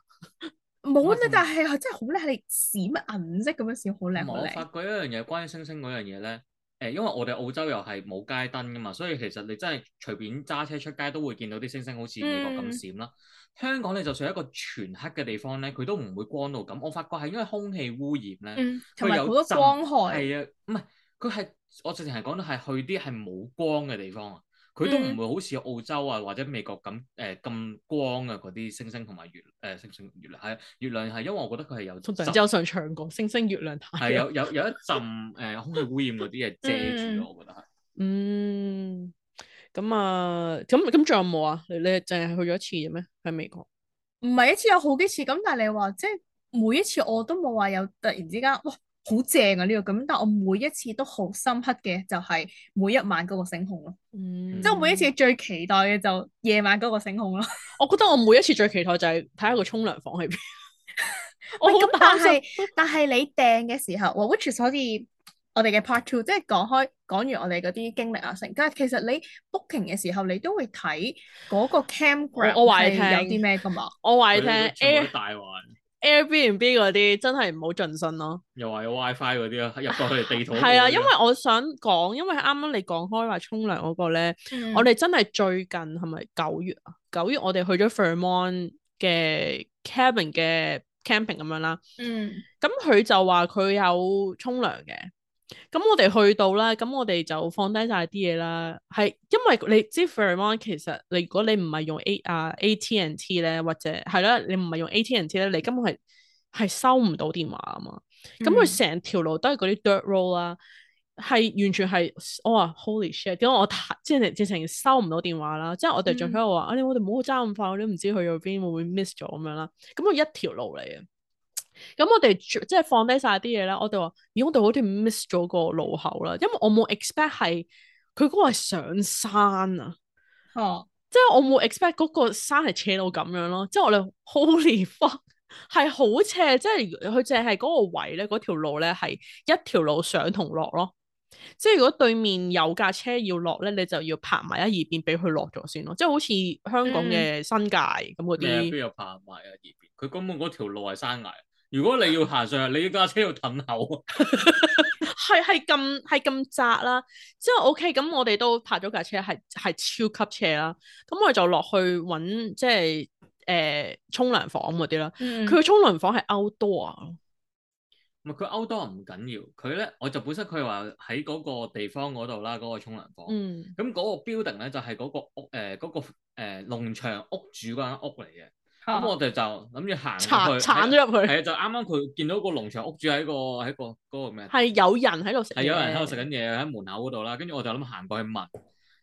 Speaker 2: 冇
Speaker 3: 我
Speaker 2: 啊
Speaker 3: 同！
Speaker 2: 但係係真係好靚，係閃銀色咁樣閃，好靚
Speaker 3: 唔係
Speaker 2: 好
Speaker 1: 啊
Speaker 3: 我
Speaker 2: 靚
Speaker 3: 發。覺一樣嘢，關於星星嗰樣嘢咧，誒，因為我哋澳洲又係冇街燈噶嘛，所以其實你真係隨便揸車出街都會見到啲星星，好似美國
Speaker 2: 嗯
Speaker 3: 咁閃啦。香港你就算一個全黑嘅地方咧，佢都唔會光到咁。我發覺係因為空氣污染咧，
Speaker 2: 嗯，同埋
Speaker 3: 佢有
Speaker 2: 好多
Speaker 3: 陣
Speaker 2: 光害，
Speaker 3: 係啊，唔係佢係我直情係講到係去啲係冇光嘅地方啊，佢都唔
Speaker 2: 嗯
Speaker 3: 會好似澳洲啊或者美國咁誒咁光啊嗰啲星星同埋月誒、星星月亮係啊月亮係因為我覺得佢係有
Speaker 1: 同
Speaker 3: 陣
Speaker 1: 陳之後上唱過《星星月亮太
Speaker 3: 係啊
Speaker 1: 陽》。
Speaker 3: 有 有有一陣誒、呃空氣污染嗰啲嘢遮住
Speaker 2: 嗯
Speaker 3: 咯，我覺得係。
Speaker 1: 嗯，咁啊，咁咁仲有冇啊？你你淨係去咗一次嘅咩？喺美國？
Speaker 2: 唔係一次有好幾次咁，但係你話即係每一次我都冇話有突然之間哇好正啊呢個咁，但我每一次都好深刻嘅就係每一晚嗰個星空咯，
Speaker 1: 嗯
Speaker 2: 即係我每一次最期待嘅就夜晚嗰個星空咯。
Speaker 1: 我覺得我每一次最期待就係睇下個沖涼房喺邊。我
Speaker 2: 喂
Speaker 1: 好
Speaker 2: 咁但
Speaker 1: 擔
Speaker 2: 係
Speaker 1: 心。
Speaker 2: 但係你訂嘅時候哇，which is 好似我哋嘅 part two，即係講開講完我哋嗰啲經歷啊成，但係其實你 booking 嘅時候你都會睇嗰個 campground
Speaker 1: 我話你
Speaker 2: 係有
Speaker 1: 聽
Speaker 2: 啲咩噶嘛？
Speaker 1: 我話
Speaker 3: 係
Speaker 1: 你聽
Speaker 3: 全
Speaker 1: ，Air
Speaker 3: 部都大環，
Speaker 1: Airbnb 嗰啲真係唔好盡信咯。
Speaker 3: 又話有 WiFi 嗰啲啊，入到佢哋地圖嗰個。
Speaker 1: 係啊，因為我想講，因為啱啱你講開話沖涼嗰個咧，
Speaker 2: 嗯
Speaker 1: 我哋真係最近係咪九月啊？九月我哋去咗 Vermont 嘅 cabin 嘅 camping 咁樣啦。
Speaker 2: 嗯
Speaker 1: 咁佢就話佢有沖涼嘅，咁我哋去到啦，咁我哋就放低晒啲嘢啦。係因為你知 Fairmont 其實你如果你唔係用 A 啊 AT&T 咧，或者係啦，你唔係用 AT&T 咧，你根本係係收唔到電話啊嘛。咁
Speaker 2: 嗯
Speaker 1: 佢成條路都係嗰啲 dirt road 啦，係完全係我話 holy shit，點解我睇即係直情收唔到電話啦？即係我哋仲喺度話，啊你我哋唔好揸咁快，我都唔知去咗邊，會唔會 miss 咗咁樣啦？咁佢一條路嚟嘅。咁我哋即係放低晒啲嘢啦，我哋話，咦，我哋好似 miss 咗個路口啦，因為我冇 expect 係佢嗰個係上山啊，
Speaker 2: 哦，
Speaker 1: 即係我冇 expect 嗰個山係斜到咁樣咯，即係我哋 holy fuck 係好斜，即係佢淨係嗰個位咧，嗰條路咧係一條路上同落咯，即係如果對面有架車要落咧，你就要泊埋一二邊俾佢落咗先咯，即係好似香港嘅新界咁嗰
Speaker 3: 嗯咩啊邊
Speaker 1: 啲，
Speaker 3: 有爬埋啊？二邊佢根本嗰條路係山崖。如果你要行上去，你架車要褪後啊！
Speaker 1: 係係咁係咁窄啦。之後 OK，咁我哋都泊咗架車，係係超級斜啦。咁我哋就落去揾即係誒沖涼房嗰啲啦。
Speaker 2: 嗯，
Speaker 1: 佢嘅沖涼房係 outdoor 啊，
Speaker 3: 唔係佢 outdoor 唔緊要，佢咧我就本身佢話喺嗰個地方嗰度啦，嗰、個沖涼房。
Speaker 1: 嗯
Speaker 3: 咁嗰個 building 咧就係、嗰個屋誒嗰、個誒、農場屋主嗰間屋嚟嘅。咁、我哋就諗住行
Speaker 1: 鏟
Speaker 3: 入去，
Speaker 1: 哦鏟咗入去，
Speaker 3: 係啊，就啱啱佢見到個農場屋主喺個喺個嗰個咩啊？
Speaker 1: 係有人喺度食嘢，
Speaker 3: 係有人喺度食緊嘢喺門口嗰度啦，跟住我就諗行過去問，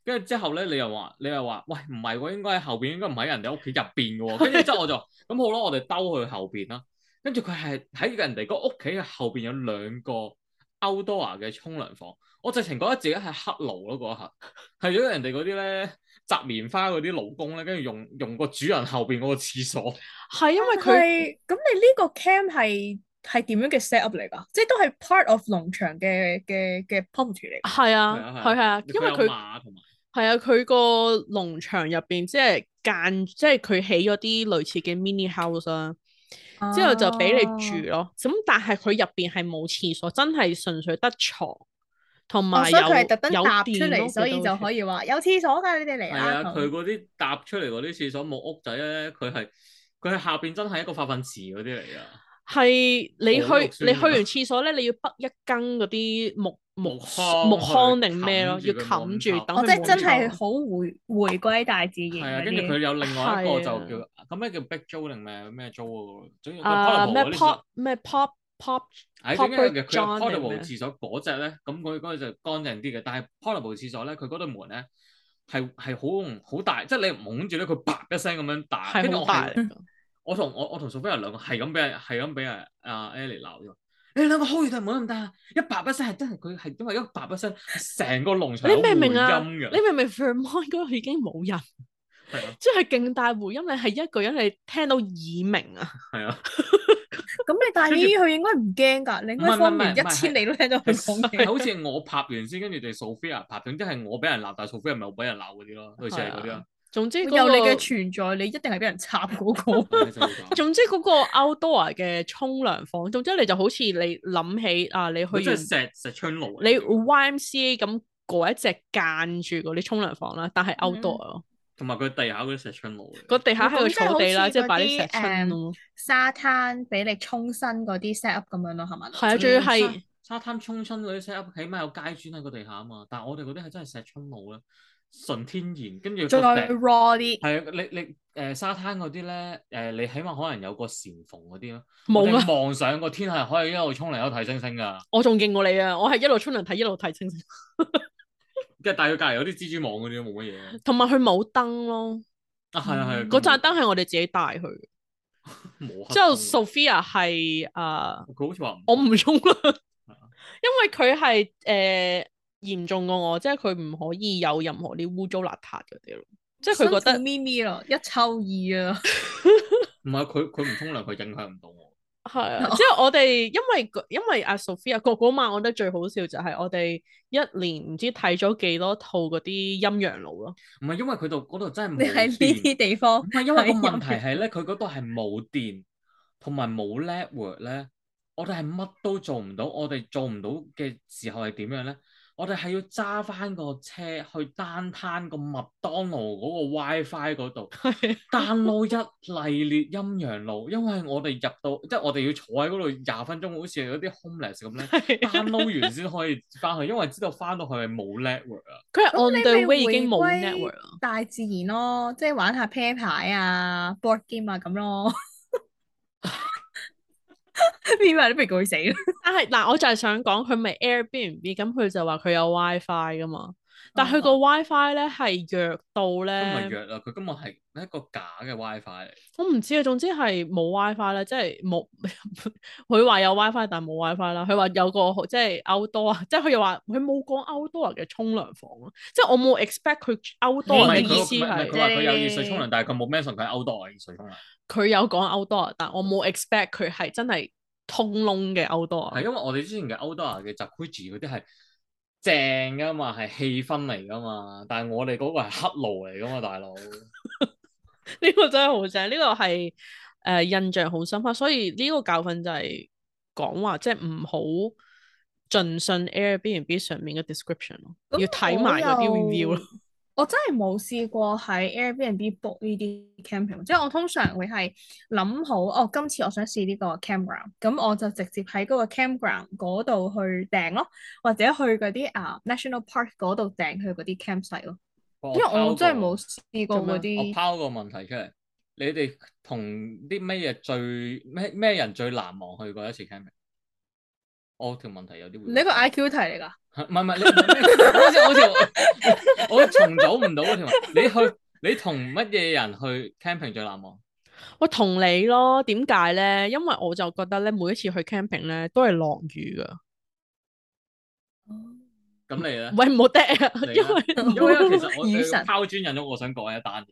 Speaker 3: 跟住之後咧，你又話你又話，喂唔係喎，應該喺後邊，應該唔喺人哋屋企入邊嘅喎。跟住之後我就咁好啦，我哋兜去後邊啦。跟住佢係喺人哋個屋企嘅後邊有兩個 outdoor 嘅沖涼房，我直情覺得自己係黑奴咯嗰一刻， 係咗人哋嗰啲咧摘棉花嗰啲勞工咧，跟住用用個主人後邊嗰個廁所。
Speaker 1: 係因為
Speaker 2: 佢
Speaker 1: 佢
Speaker 2: 咁你呢個 cam 係係點樣嘅 set up 嚟㗎？即係都係 part of 農場嘅嘅嘅 property 嚟㗎。
Speaker 1: 係啊
Speaker 3: 係啊
Speaker 1: 係係啊，因為
Speaker 3: 有
Speaker 1: 佢。
Speaker 3: 馬同埋
Speaker 1: 係啊，佢個農場入邊即係間，即係佢起咗啲類似嘅 mini house 啦、之後就俾你
Speaker 2: 哦
Speaker 1: 住咯。咁但係佢入邊係冇廁所，真係純粹得床同
Speaker 2: 哦，
Speaker 1: 埋有
Speaker 2: 所以佢係特登
Speaker 1: 有
Speaker 2: 搭出
Speaker 1: 電咯
Speaker 2: 嚟，所以就可以話有廁所㗎，你哋嚟
Speaker 3: 係啊，
Speaker 2: 啦。
Speaker 3: 佢嗰啲搭出嚟嗰啲廁所冇屋仔咧，佢係佢係下邊真係一個化糞池嗰啲嚟噶，
Speaker 1: 係你
Speaker 3: 好肉
Speaker 1: 去
Speaker 3: 酸啊
Speaker 1: 你
Speaker 3: 㗎
Speaker 1: 去完廁所咧，你要北一羹嗰啲木木
Speaker 3: 糠
Speaker 1: 木
Speaker 3: 去
Speaker 1: 糠定咩咯，
Speaker 3: 冚住
Speaker 1: 要冚
Speaker 3: 佢冇咁臭
Speaker 1: 住等佢
Speaker 2: 我哦即係
Speaker 1: 冇
Speaker 2: 真
Speaker 1: 咁
Speaker 2: 係
Speaker 1: 臭
Speaker 2: 好回回歸大自然
Speaker 3: 係啊，
Speaker 2: 嗰
Speaker 3: 跟住
Speaker 2: 啲。
Speaker 3: 佢有另外一個就
Speaker 1: 係啊
Speaker 3: 叫咁咩叫 Big Joe 定咩咩 Joe 嗰個，總之佢
Speaker 1: 啊
Speaker 3: portable
Speaker 1: 咩
Speaker 3: 嗰啲廁
Speaker 1: pop
Speaker 3: 所，
Speaker 1: 咩 pop pop
Speaker 3: 係總之
Speaker 1: Proper
Speaker 3: 佢
Speaker 1: John 定
Speaker 3: portable
Speaker 1: 咩
Speaker 3: 廁所嗰只咧，咁佢嗰個就乾淨啲嘅，但係 portable 廁所咧，佢嗰對門咧係係好用好大，即係你拱住咧，佢叭一聲咁樣打，
Speaker 1: 係
Speaker 3: 跟住
Speaker 1: 好
Speaker 3: 我
Speaker 1: 大
Speaker 3: 係
Speaker 1: 力㗎，
Speaker 3: 我同我我同 Sophia 兩個係咁俾人係咁俾人阿 Ellie 鬧咗。你兩個開住對門得唔得啊？一叭一聲係真係佢係因為一叭一聲，成個農場
Speaker 1: 你
Speaker 3: 有
Speaker 1: 明唔明啊
Speaker 3: 回音㗎
Speaker 1: 你明唔明 Vermont 嗰度已經冇人？
Speaker 3: 係啊
Speaker 1: 即係勁大回音，你係一個人你聽到耳鳴啊！
Speaker 3: 係啊，
Speaker 2: 咁你帶呢啲佢應該唔驚㗎，你應該方
Speaker 3: 唔係唔係
Speaker 2: 圓
Speaker 3: 唔係
Speaker 2: 一千里都聽到佢講
Speaker 3: 係
Speaker 2: 嘢。
Speaker 3: 好似我拍完先，跟住哋 Sophia 拍，總之係我俾人鬧，但係 Sophia 咪冇俾人鬧嗰啲咯，類似係嗰啲
Speaker 1: 係啊
Speaker 3: 咯。
Speaker 1: 總之、嗰個、
Speaker 2: 有你嘅存在，你一定係俾人插嗰 個。
Speaker 1: 啊
Speaker 3: 係就會 咁
Speaker 1: 總之嗰個 outdoor 嘅沖涼房，總之你就好似你諗起啊，你去
Speaker 3: 佢真
Speaker 1: 完
Speaker 3: 係石石春路嚟
Speaker 1: 你
Speaker 3: 嘅。
Speaker 1: YMCA 咁嗰一隻間住嗰啲沖涼房啦，但係 outdoor 咯，
Speaker 3: 同埋佢地下嗰啲石春路嚟嘅。
Speaker 1: 個地下係個
Speaker 2: 咁即係
Speaker 1: 草地啦，
Speaker 2: 好似
Speaker 1: 即係擺
Speaker 2: 嗰
Speaker 1: 啲
Speaker 2: 啲
Speaker 1: 石春咯，
Speaker 2: 沙灘俾你沖身嗰啲 set up 咁樣咯，係咪？
Speaker 1: 係
Speaker 3: 嗯
Speaker 1: 啊，仲要
Speaker 3: 沙
Speaker 1: 係
Speaker 3: 沙灘沖親嗰啲 set up，起碼有街磚喺個地下啊嘛。但係我哋嗰啲係真係石春路咧，純天然，跟住
Speaker 2: 再
Speaker 3: 個地
Speaker 2: raw 啲，
Speaker 3: 係啊，你你誒、沙灘嗰啲咧，誒、你起碼可能有個簾縫嗰啲咯，我
Speaker 1: 冇
Speaker 3: 哋
Speaker 1: 啊！
Speaker 3: 望上個天係可以一路沖嚟一路睇星星噶，
Speaker 1: 我仲勁過你啊！我係一路沖涼睇一路睇星星，
Speaker 3: 跟住但係佢隔離有啲蜘蛛網嗰啲都冇乜嘢。
Speaker 1: 同埋佢冇燈咯，
Speaker 3: 啊係啊係啊，
Speaker 1: 嗯嗰盞燈係我哋自己帶去嘅。
Speaker 3: 冇黑
Speaker 1: 之後
Speaker 3: 燈
Speaker 1: Sophia 係啊。
Speaker 3: 㗎佢好似話唔
Speaker 1: 我唔沖涼
Speaker 3: 啊，
Speaker 1: 因為佢係誒嚴重過我，即係佢唔可以有任何啲污糟邋遢嗰啲咯，即係佢覺
Speaker 2: 辛苦
Speaker 1: 得
Speaker 2: 咪咪咯，一抽二啊，
Speaker 3: 唔係佢佢唔沖涼，佢影響唔到我。
Speaker 1: 係啊。
Speaker 2: 哦
Speaker 1: 即係我哋因為個因為阿 Sophia 個嗰晚，我覺得最好笑就係我哋一年唔知睇咗幾多套嗰啲陰陽路咯，
Speaker 3: 唔係因為佢度嗰度
Speaker 1: 嗯
Speaker 3: 真係
Speaker 2: 你喺
Speaker 3: 冇
Speaker 2: 呢
Speaker 3: 電，
Speaker 2: 啲地方
Speaker 3: 嗯唔，係因為個
Speaker 2: 喺入
Speaker 3: 問題啊
Speaker 2: 邊
Speaker 3: 係咧，佢嗰度係冇電同埋冇 network 咧，我哋係乜都做唔到。我哋做唔到嘅時候係點樣咧？我哋係要揸翻個車去單攤個麥當勞嗰個 WiFi 嗰度 download 一系列陰陽路，因為我哋入到即係我哋要坐喺嗰度廿分鐘，好似有啲 homeless 咁咧 download 完先可以翻去，因為知道翻到去係冇 network 啊。
Speaker 1: 佢係
Speaker 2: 咁
Speaker 1: on
Speaker 2: 你
Speaker 1: the
Speaker 2: 咪
Speaker 1: way 已
Speaker 2: 回
Speaker 1: 經冇
Speaker 2: 歸
Speaker 1: network 啦。
Speaker 2: 大自然咯，即係玩下啤牌啊、board game 啊咁咯。 邊埋都被攰死啦！
Speaker 1: 但係嗱，我就係想講佢咪 Airbnb 咁，佢就話佢有 WiFi 噶嘛，但係佢
Speaker 2: 哦
Speaker 1: 個 WiFi 咧係弱到
Speaker 3: 都唔
Speaker 1: 咧，
Speaker 3: 係弱啦，佢根本係一個假嘅 WiFi 嚟。
Speaker 1: 我唔知啊。總之係冇 WiFi 啦，即係冇。 佢話有 WiFi，但係冇 WiFi 啦。佢話有個即係 outdoor 啊，即係佢又話佢冇講 outdoor 嘅沖涼房咯，即係我冇 expect 佢
Speaker 3: 唔
Speaker 1: outdoor
Speaker 2: 我
Speaker 1: 嘅
Speaker 3: 係
Speaker 2: 明
Speaker 3: 佢
Speaker 1: 意
Speaker 3: 唔
Speaker 1: 思
Speaker 3: 係唔係佢
Speaker 1: 係
Speaker 3: 話佢有熱水沖涼，但係佢冇 mention 佢係 outdoor 嘅熱水沖涼。
Speaker 1: 佢有講 outdoor，但我冇 expect 佢係真係通窿嘅 outdoor
Speaker 3: 係。因為我哋之前嘅 outdoor 嘅 jacuzzi 嗰啲係正噶嘛，係氣氛嚟噶嘛，但係我哋嗰個係黑爐嚟噶嘛， 大佬。
Speaker 1: 呢個真係好正，呢、個係誒、呃印象好深刻，所以呢個教訓就係講話即係唔好盡信 Airbnb 上面嘅 description 咯，
Speaker 2: 咁
Speaker 1: 要睇埋嗰啲
Speaker 2: 我又
Speaker 1: review 咯。
Speaker 2: 我真係冇試過喺 Airbnb book 呢啲 camping，即係我通常會係諗好，哦，今次我想試呢個 campground，咁我就直接喺嗰個 campground 嗰度去訂咯，或者去嗰啲啊 national park 嗰度訂佢嗰啲 campsite 咯，
Speaker 3: 因
Speaker 2: 因為我真係冇試過嗰
Speaker 3: 啊我
Speaker 2: 啲。
Speaker 3: 拋個問題出嚟，你哋同啲咩嘢最咩咩人最難忘去過一次 camping？我條問題有啲回
Speaker 2: 你呢個 I Q 題嚟㗎？
Speaker 3: 唔係 唔係，你唔係好似好似我我重組唔到嗰條問。你去你同乜嘢人去 camping 最難忘？
Speaker 1: 我同你咯，點解咧？因為我就覺得咧，每一次去 camping 咧都係落雨噶。
Speaker 3: 咁你咧？
Speaker 1: 喂，唔好嗲啊，
Speaker 3: 你
Speaker 1: 因
Speaker 3: 呢
Speaker 1: 為
Speaker 3: 哦因為因為其實我
Speaker 2: 雨神
Speaker 3: 拋磚引玉，我想講一單嘢。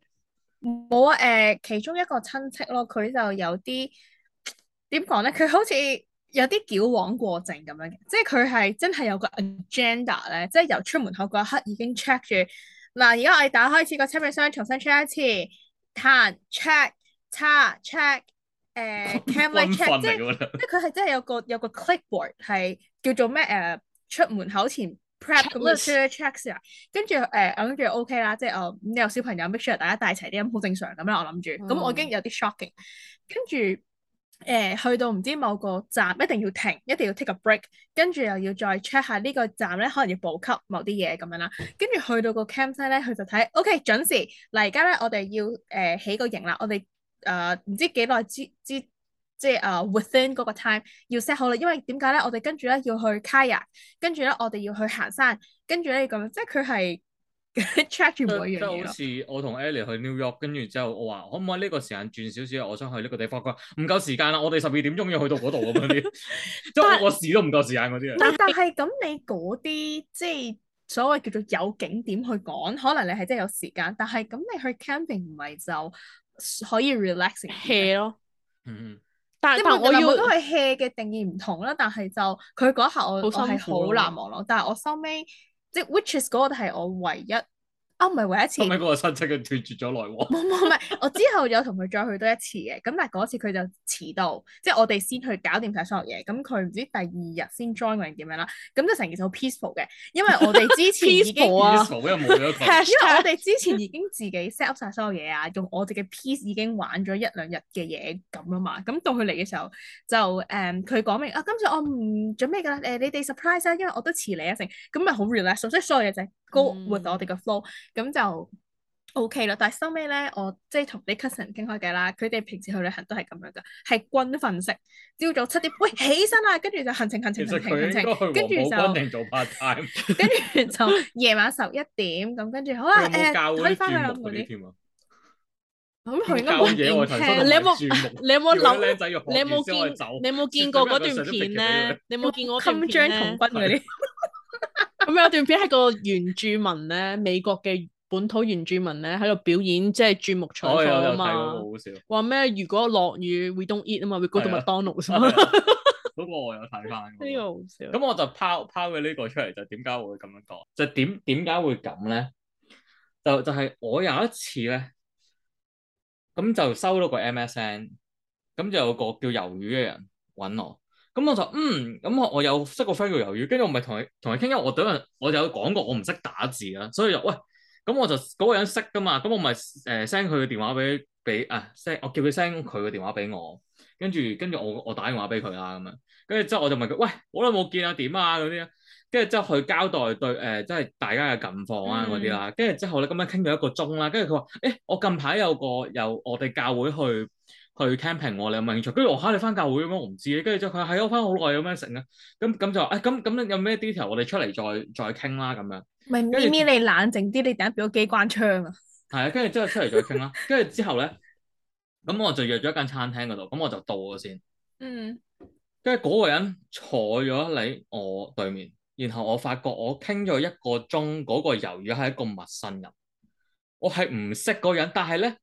Speaker 2: 冇啊，誒，其中一個親戚咯，佢就有啲點講咧，佢好似有啲矯枉過正咁樣嘅，即係佢係真係有個 agenda 咧，即係由出門口嗰一刻已經 check 住，嗱，而家我哋打開次個車尾箱，重新 check 一次，彈 check，叉 check，誒 camera
Speaker 3: 軍
Speaker 2: check，
Speaker 3: 訓
Speaker 2: 即係
Speaker 3: 嚟㗎 啦
Speaker 2: 即係佢係真係有個有個 clipboard 係叫做咩誒、呃出門口前 prep 咁樣
Speaker 1: Checklist
Speaker 2: check check 先啊，跟住誒我跟住 OK 啦，即係我你有小朋友 make sure 大家帶齊啲咁好正常咁啦，我諗住，咁、我已經有啲 shocking，跟住。誒、去到唔知某個站一定要停，一定要 take a break，跟住又要再 check 下呢個站咧，可能要補給某啲嘢咁樣啦。跟住去到個 campsite 咧，佢就睇 OK 準時。嗱，而家咧我哋要誒、起個營啦，我哋誒唔知幾耐之之即係誒、within 呃嗰個 time 要 set 好啦。因為點解咧？我哋跟住咧要去 kayak，跟住咧我哋要去行山，跟住咧要咁樣，即係佢係 check 住
Speaker 3: 即
Speaker 2: 每樣
Speaker 3: 即
Speaker 2: 嘢
Speaker 3: 好
Speaker 2: 咯。
Speaker 3: 似我同 Ellie 去 New York，跟住之後我話可唔可以呢個時間轉少少？我想去呢個地方。佢話唔夠時間啦，我哋十二點鐘要去到嗰度咁樣啲，即係我我試都唔夠時間嗰啲啊。
Speaker 2: 但但係咁，你嗰啲即係所謂叫做有景點去講，可能你係真係有時間，但係咁你去 camping 唔係就可以 relaxing 啲咩
Speaker 1: hea 咯。
Speaker 3: 嗯，
Speaker 1: 但
Speaker 2: 即係
Speaker 1: 但
Speaker 2: 每個
Speaker 1: 我
Speaker 2: 人
Speaker 1: 要
Speaker 2: 每個人 hea 嘅定義唔同啦，但係就佢嗰下我我
Speaker 1: 好辛
Speaker 2: 係
Speaker 1: 苦啊咯
Speaker 2: 好難忘咯，但係我收尾即係 which is 嗰個係我唯一啊唔係唯一一次，
Speaker 3: 後
Speaker 2: 冇
Speaker 3: 尾嗰個親戚佢斷絕咗來往。
Speaker 2: 冇冇唔係，我之後有同佢再去多一次嘅，咁但係嗰次佢就遲到，即係我哋先去搞掂晒所有嘢，咁佢唔知第二日先 join 我定點樣啦，咁就成件事好 peaceful 嘅，因為我哋之前已經
Speaker 1: Peaceful 啊哇
Speaker 3: Peaceful，因為冇咗
Speaker 2: 因
Speaker 3: 佢。
Speaker 2: 為我
Speaker 1: hashtag
Speaker 2: 哋之前已經自己 set up 晒所有嘢啊，用我哋嘅 piece 已經玩咗一兩日嘅嘢咁啊嘛，咁到佢嚟嘅時候就誒，嗯佢、講明啊，今次我唔準備㗎啦，誒、呃你哋 surprise 啊啦，因為我都遲嚟一成，咁咪好 relax 咯，所以所有嘢就係 go
Speaker 1: 嗯
Speaker 2: with 我哋嘅 flow，咁就 OK 啦。但係收尾咧，我即係同啲 cousin 傾開偈啦，佢哋平時去旅行都係咁樣㗎，係軍訓式，朝早七點喂起身啦，跟住就行程行
Speaker 3: 其
Speaker 2: 程
Speaker 3: 實
Speaker 2: 行程行
Speaker 3: 佢應該
Speaker 2: 程
Speaker 3: 去，
Speaker 2: 跟住
Speaker 3: 黃埔軍
Speaker 2: 就
Speaker 3: 定做 part time，
Speaker 2: 跟住就夜晚十一點咁，跟住好啊啦
Speaker 3: 佢有冇教
Speaker 2: 誒，可
Speaker 3: 嗰
Speaker 2: 以
Speaker 3: 啲
Speaker 2: 翻去
Speaker 3: 轉
Speaker 2: 啦
Speaker 3: 木
Speaker 2: 嗰
Speaker 3: 嗰
Speaker 2: 啲
Speaker 3: 啲。添啊？
Speaker 2: 咁佢應該
Speaker 3: 教
Speaker 2: 冇
Speaker 3: 嘢我頭先
Speaker 1: 你
Speaker 2: intend，你
Speaker 1: 有冇
Speaker 3: 木？
Speaker 1: 你有冇
Speaker 3: 要啲
Speaker 1: 諗？
Speaker 3: 僆仔要學
Speaker 1: 你有冇
Speaker 3: 完先可以
Speaker 1: 見
Speaker 3: 走？
Speaker 1: 你有冇見過嗰段片咧？你有冇見過嗰段
Speaker 2: 襟章
Speaker 1: 片
Speaker 2: 同
Speaker 1: 咧
Speaker 2: 軍？嗰啲，
Speaker 1: 咁有段片係個原住民咧，美國嘅本土原住民咧喺度表演，即係鑽木取
Speaker 3: 我
Speaker 1: 火
Speaker 3: 有
Speaker 1: 啊
Speaker 3: 有睇嗰
Speaker 1: 嘛
Speaker 3: 個。好笑，
Speaker 1: 話咩？如果落雨，we don't eat 啊嘛，we go to
Speaker 3: 係啊
Speaker 1: 麥當勞啊嘛。呢
Speaker 3: 嗰個我有睇翻。
Speaker 1: 個好笑。
Speaker 3: 咁我就拋拋佢呢個出嚟，就點解我會咁樣講？就點點解會咁咧？就就係、我有一次咧，咁就收到個 MSN，咁就有個叫魷魚嘅人揾我，咁我就嗯，咁我我有識個 friend 叫魷魚，跟住我咪同佢同佢傾，因為我嗰陣我有講過我唔識打字啦，所以就喂，咁我就嗰、個人識噶嘛，咁我咪誒 send 佢嘅電話俾俾啊 send，我叫佢 send 佢嘅電話俾我，跟住跟住我我打電話俾佢啦咁樣，跟住之後我就問佢，喂，好耐冇見啊，點啊嗰啲啊，跟住之後佢交代對誒、即係大家嘅近況啊嗰啲啦，跟住之後咧咁樣傾咗一個鐘啦，跟住佢話，誒、我近排有個由我哋教會去。去 camping 喎，你有冇興趣？跟住我嚇你翻教會咁樣，我唔知。跟住之後佢話係啊我翻好耐有咩成啊？咁咁就話誒咁咁有咩 detail 我哋出嚟再再傾啦咁樣。
Speaker 2: 咪
Speaker 3: 跟
Speaker 2: 咪
Speaker 3: 住
Speaker 2: 咪，你冷靜啲，你等下俾咗機關槍啊！
Speaker 3: 係啊，跟住之後出嚟再傾啦。跟住之後咧，咁我就約咗一間餐廳嗰度，咁我就到咗先。
Speaker 2: 嗯，
Speaker 3: 跟住嗰個人坐咗喺我對面，然後我發覺我傾咗一個鐘，嗰、個魷魚係一個陌生人，我係唔識嗰個人，但係咧，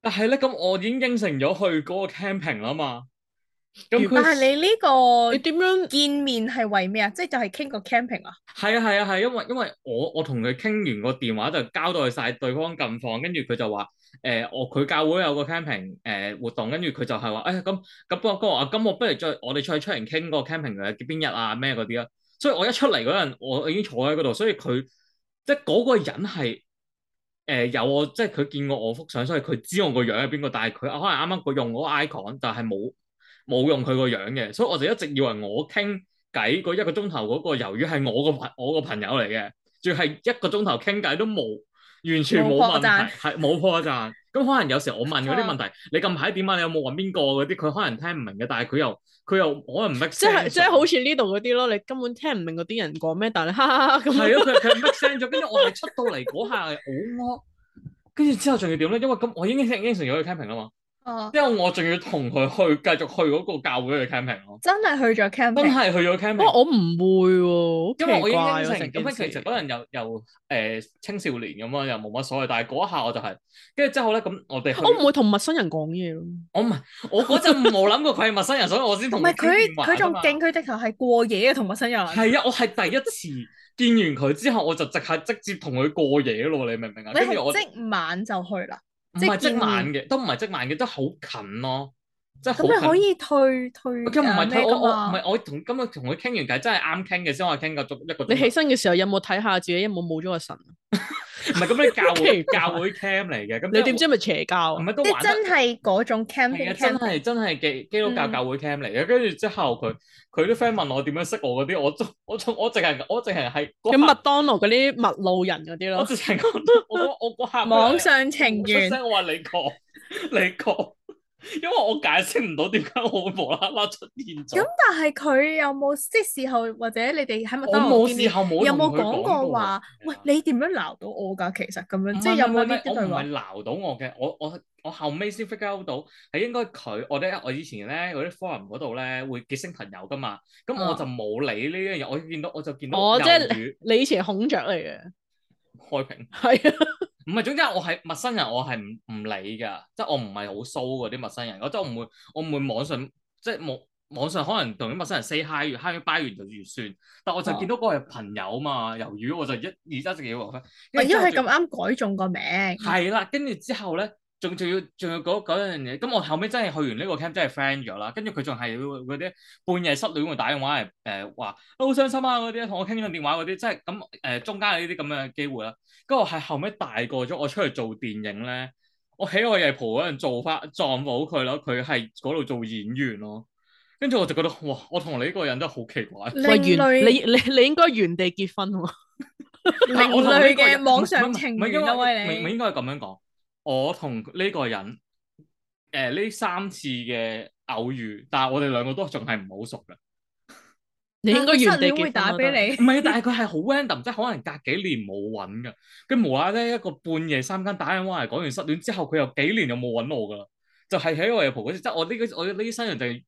Speaker 3: 但係咧咁我已經應承咗去嗰個 camping 啦嘛。咁佢
Speaker 2: 但係你呢個
Speaker 1: 你點樣？
Speaker 2: 見面係為咩啊？即係就係傾個 camping 啊？
Speaker 3: 係啊係啊係，因為因為我我同佢傾完個電話就交代晒對方近況，跟住佢就話誒、呃我佢教會有個 camping 誒、活動，跟住佢就係話誒咁咁不過啊咁我不如再我哋再出嚟傾個 camping 嘅邊日啊咩嗰啲啦，所以我一出嚟嗰陣我已經坐喺嗰度，所以佢即係嗰個人係誒、有我即係佢見過我幅相，所以佢知我個樣係邊個，但係佢可能啱啱佢用嗰個 icon，但係冇冇用佢個樣嘅，所以我就一直以為我傾。偈嗰一個鐘頭嗰個魷魚係我個朋我個朋友嚟嘅，仲要係一個鐘頭傾偈都冇，完全冇問
Speaker 2: 冇破綻
Speaker 3: 題，係冇破綻。咁可能有時我問嗰啲問
Speaker 2: 啊
Speaker 3: 題，你近排點啊？你有冇揾邊個嗰啲？佢可能聽唔明嘅，但係佢又佢又可能唔 make
Speaker 1: 即係
Speaker 3: sense 啊
Speaker 1: 即係好似呢度嗰啲咯，你根本聽唔明嗰啲人講咩，但係哈哈哈咁
Speaker 3: 係
Speaker 1: 樣。
Speaker 3: 啊咯，佢佢 make sense 咗，跟住我係出到嚟嗰下係好惡，跟住之後仲要點咧？因為咁我已經應應承咗去 camping 啦嘛，
Speaker 2: 哦，
Speaker 3: 之後我仲要同佢去繼續去嗰個教會嘅 camping 咯，
Speaker 2: 真係去咗
Speaker 3: 真
Speaker 2: camping。
Speaker 3: 係去咗
Speaker 1: 不過
Speaker 3: camping。
Speaker 1: 我唔會喎，
Speaker 3: 因
Speaker 1: 為
Speaker 3: 為我已經應承，
Speaker 1: 啊成
Speaker 3: 咁啊
Speaker 1: 件
Speaker 3: 其實
Speaker 1: 事。
Speaker 3: 嗰陣又又誒青少年咁啊，又冇乜所謂。但係嗰一下我就係，跟住之後咧，咁我哋去，
Speaker 1: 我唔會同陌生人講嘢咯。
Speaker 3: 我唔係，我嗰陣冇諗過佢係陌生人，所以我先
Speaker 2: 唔
Speaker 3: 同
Speaker 2: 係
Speaker 3: 傾
Speaker 2: 佢
Speaker 3: 電話
Speaker 2: 佢仲
Speaker 3: 啊㗎嘛
Speaker 2: 勁，佢直頭係過夜啊，同陌生人。
Speaker 3: 係啊！我係第一次見完佢之後，我就直係直接同佢過夜咯，你明唔明啊？
Speaker 2: 你
Speaker 3: 跟住我
Speaker 2: 係即晚就去啦，
Speaker 3: 唔係
Speaker 2: 即
Speaker 3: 即
Speaker 2: 見
Speaker 3: 晚嘅，都唔係即晚嘅，都好近咯，即啊係好
Speaker 2: 咁你可
Speaker 3: 近。
Speaker 2: 以退退
Speaker 3: 佢唔
Speaker 2: 誒
Speaker 3: 係
Speaker 2: 咩啊
Speaker 3: 睇我
Speaker 2: 㗎
Speaker 3: 我唔
Speaker 2: 嘛？
Speaker 3: 係我同今日同佢傾完偈，真係啱傾嘅先可以傾個足一個鐘頭。
Speaker 1: 你起身嘅時候有冇睇下自己有冇冇咗個神？
Speaker 3: 唔係咁你 教會
Speaker 1: 奇怪
Speaker 3: 教會 cam 嚟嘅，咁
Speaker 1: 你點知係咪邪教
Speaker 3: 我唔
Speaker 1: 啊？
Speaker 3: 係都
Speaker 2: 即
Speaker 3: 玩得
Speaker 2: 真係嗰種
Speaker 3: 係啊，
Speaker 2: camping
Speaker 3: 真
Speaker 2: camping
Speaker 3: 係真係基基督教
Speaker 2: 嗯
Speaker 3: 教會 cam 嚟嘅，跟住之後佢佢啲 friend 問我點樣識我嗰啲，我仲我仲我淨係我淨係係
Speaker 1: 咁
Speaker 3: 嗰
Speaker 1: 麥
Speaker 3: 下
Speaker 1: 當勞嗰啲麥路人嗰啲
Speaker 3: 我
Speaker 1: 咯，
Speaker 3: 直情講 我嗰我嗰下
Speaker 2: 網上情
Speaker 3: 我出
Speaker 2: 緣，
Speaker 3: 聲，我話你講 你講，因為我解釋唔到點解我會無啦啦出現咗
Speaker 2: 咁，但係佢有冇即係事後或者你哋喺麥
Speaker 3: 我
Speaker 2: 當勞
Speaker 3: 冇
Speaker 2: 見
Speaker 3: 事
Speaker 2: 面
Speaker 3: 後冇
Speaker 2: 有冇
Speaker 3: 同佢
Speaker 2: 講
Speaker 3: 過
Speaker 2: 過話？喂，你點樣鬧到我㗎？其實咁
Speaker 3: 唔
Speaker 2: 樣
Speaker 3: 係
Speaker 2: 即係有冇
Speaker 3: 唔係唔
Speaker 2: 呢
Speaker 3: 係
Speaker 2: 啲
Speaker 3: 我
Speaker 2: 對
Speaker 3: 唔
Speaker 2: 話
Speaker 3: 係？鬧到我嘅，我我我後尾先 figure out 到，係應該佢我咧，我以前咧嗰啲 forum 嗰度咧會結識朋友噶嘛，咁我
Speaker 2: 啊
Speaker 3: 就冇理呢樣嘢，我見到我就見到
Speaker 1: 哦
Speaker 3: 魷
Speaker 1: 即係
Speaker 3: 魚
Speaker 1: 你以前係孔雀嚟嘅，
Speaker 3: 開屏，
Speaker 1: 係啊，
Speaker 3: 唔係總之我係陌生人，我係唔唔理噶，即係我唔係好騷嗰啲陌生人，我即係我唔會我唔會網上即係網網上可能同啲陌生人 say hi 完 hi bye 完就完算，但我就
Speaker 1: 哦
Speaker 3: 見到嗰個係朋友嘛，魷魚我就一而家直接話翻，
Speaker 2: 咪
Speaker 3: 跟住
Speaker 2: 哦因為
Speaker 3: 之後仲
Speaker 2: 咁啱改中個名，
Speaker 3: 係啦，跟住之後咧，仲仲要仲要嗰嗰樣嘢。咁我後尾真係去完呢個 camp 真係 friend 咗啦。跟住佢仲係嗰啲半夜失戀會打電話嚟誒話，啊好傷心啊嗰啲，同我傾緊電話嗰啲，即係咁誒中間有呢啲咁嘅機會啦。跟住我係後尾大個咗，我出去做電影咧，我喺我夜蒲嗰陣做翻撞到佢咯，佢係嗰度做演員咯。跟住我就覺得哇，我同你呢個人真係好奇怪。
Speaker 1: 喂原你
Speaker 2: 另類
Speaker 1: 你你應該原地結婚 喎，
Speaker 2: 另
Speaker 3: 但啊我同呢
Speaker 2: 類
Speaker 3: 個人
Speaker 2: 嘅
Speaker 3: 唔係
Speaker 2: 網
Speaker 3: 唔係
Speaker 2: 上
Speaker 3: 唔係
Speaker 2: 情
Speaker 3: 唔係
Speaker 2: 緣
Speaker 3: 因
Speaker 2: 啊！
Speaker 3: 為唔
Speaker 2: 喂
Speaker 3: 唔
Speaker 2: 你
Speaker 3: 應該係咁樣講。我同呢個人誒呢、三次嘅偶遇，但係我哋兩個都仲係唔好熟嘅。
Speaker 1: 你應該原地
Speaker 2: 啊失戀會
Speaker 1: 結
Speaker 2: 打
Speaker 1: 婚啊。
Speaker 2: 俾你
Speaker 3: 唔。係，但係佢係好 random，即係可能隔幾年冇揾嘅，跟住無啦啦一個半夜三更打電話嚟講完失戀之後，佢又幾年又冇揾我噶啦，就係喺我夜蒲嗰時，即係我呢個我呢新人就係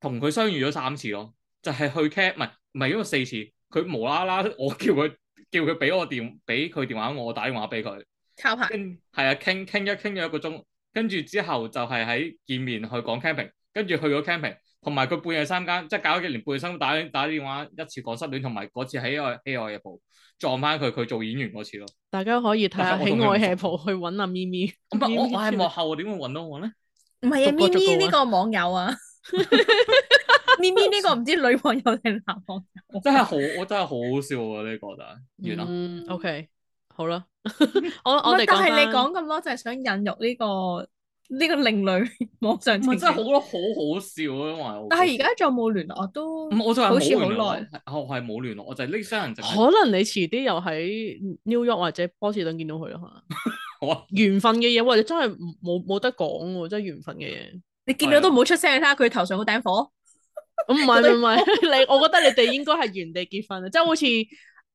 Speaker 3: 同佢相遇咗三次咯，就係、去 camp 唔係唔係因為四次，佢無啦啦我叫佢叫佢俾我電俾佢電話我，我打電話俾佢。
Speaker 2: 抄 牌，
Speaker 3: 跟係啊，傾傾一傾咗一個鐘，跟住之後就係喺見面去講 camping，跟住去咗 camping，同埋佢半夜三更，即係搞咗幾年半夜三更打打電話一次講失戀，同埋嗰次喺我喺我嘅鋪撞翻佢，佢做演員嗰次咯。
Speaker 1: 大家可以睇下
Speaker 3: 但係我同
Speaker 1: 喜
Speaker 3: 佢唔
Speaker 1: 愛 h
Speaker 3: 熟
Speaker 1: 蒲去揾阿咪咪。
Speaker 3: 唔係啊我
Speaker 2: 啊
Speaker 1: 咪咪
Speaker 3: 我係
Speaker 1: 出
Speaker 3: 幕
Speaker 1: 嚟
Speaker 3: 後，我點會揾到我咧？
Speaker 2: 唔係啊
Speaker 1: 逐個
Speaker 2: 咪
Speaker 1: 逐個
Speaker 2: 咪呢
Speaker 1: 揾
Speaker 2: 個網友啊，咪咪呢個唔知女朋友定男朋友？啊
Speaker 3: 真係好，我真係好好笑啊！呢個真係，完啦，
Speaker 1: 嗯，OK，好啦， 我
Speaker 2: 唔
Speaker 1: 我
Speaker 2: 係
Speaker 1: 哋
Speaker 2: 但係你
Speaker 1: 返
Speaker 2: 講咁多就係想引入呢個呢個另類網上
Speaker 3: 唔
Speaker 2: 情
Speaker 3: 係真係好
Speaker 2: 景。
Speaker 3: 覺得好好笑啊！因為我
Speaker 2: 但係而家仲有冇聯絡都
Speaker 3: 唔係我就係
Speaker 2: 好似
Speaker 3: 冇
Speaker 2: 好
Speaker 3: 聯
Speaker 2: 耐。
Speaker 3: 絡，我係冇聯絡，我就係呢些人就係
Speaker 1: 可能你遲啲又喺 New York 或者波士頓見到佢咯，可能
Speaker 3: 我
Speaker 1: 緣分嘅嘢，或者真係唔冇冇得講喎，真係緣分嘅嘢。
Speaker 2: 你見
Speaker 3: 係啊
Speaker 2: 到都唔好出聲，你睇下佢頭上嗰頂火。
Speaker 1: 唔係唔係， 你我覺得你哋應該係原地結婚啊，即係好似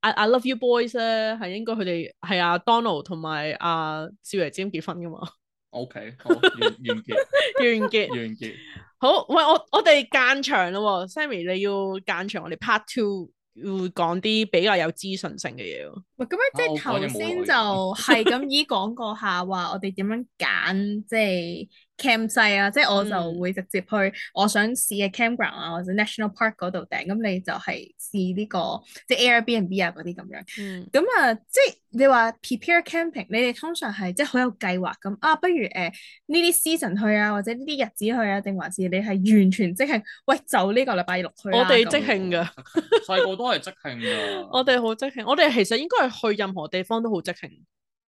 Speaker 1: I I Love You Boys 咧，係應該佢哋係阿 Donald 同埋阿少爺尖結婚噶嘛，
Speaker 3: OK 好完完結
Speaker 1: 完結。
Speaker 3: 完結。
Speaker 1: 好，喂，我我哋間場咯喎，Sammy 你要間場，我哋 Part Two 要講啲比較有資訊性嘅嘢喎。
Speaker 2: 唔係咁樣，即係
Speaker 3: 啊我講嘢
Speaker 2: 頭
Speaker 3: 冇
Speaker 2: 先
Speaker 3: 內容
Speaker 2: 就係咁依講過下話，我哋點樣揀即係 camp 制啊，即係我
Speaker 1: 嗯
Speaker 2: 就會直接去我想試嘅 campground 啊，或者 national park 嗰度訂，咁你就係試呢個即係 Airbnb 啊嗰啲咁樣。
Speaker 1: 嗯
Speaker 2: 咁啊，即係你話 prepare camping，你哋通常係即係好有計劃咁啊，不如誒呢啲 season 去啊，或者呢啲日子去啊，定還是你係完全即係喂就呢個禮拜六去啦
Speaker 1: 我哋
Speaker 2: 咁
Speaker 1: 即興㗎
Speaker 3: 咁， 細個都係即興㗎。
Speaker 1: 我哋好即興，我哋其實應該係去任何地方都好即興。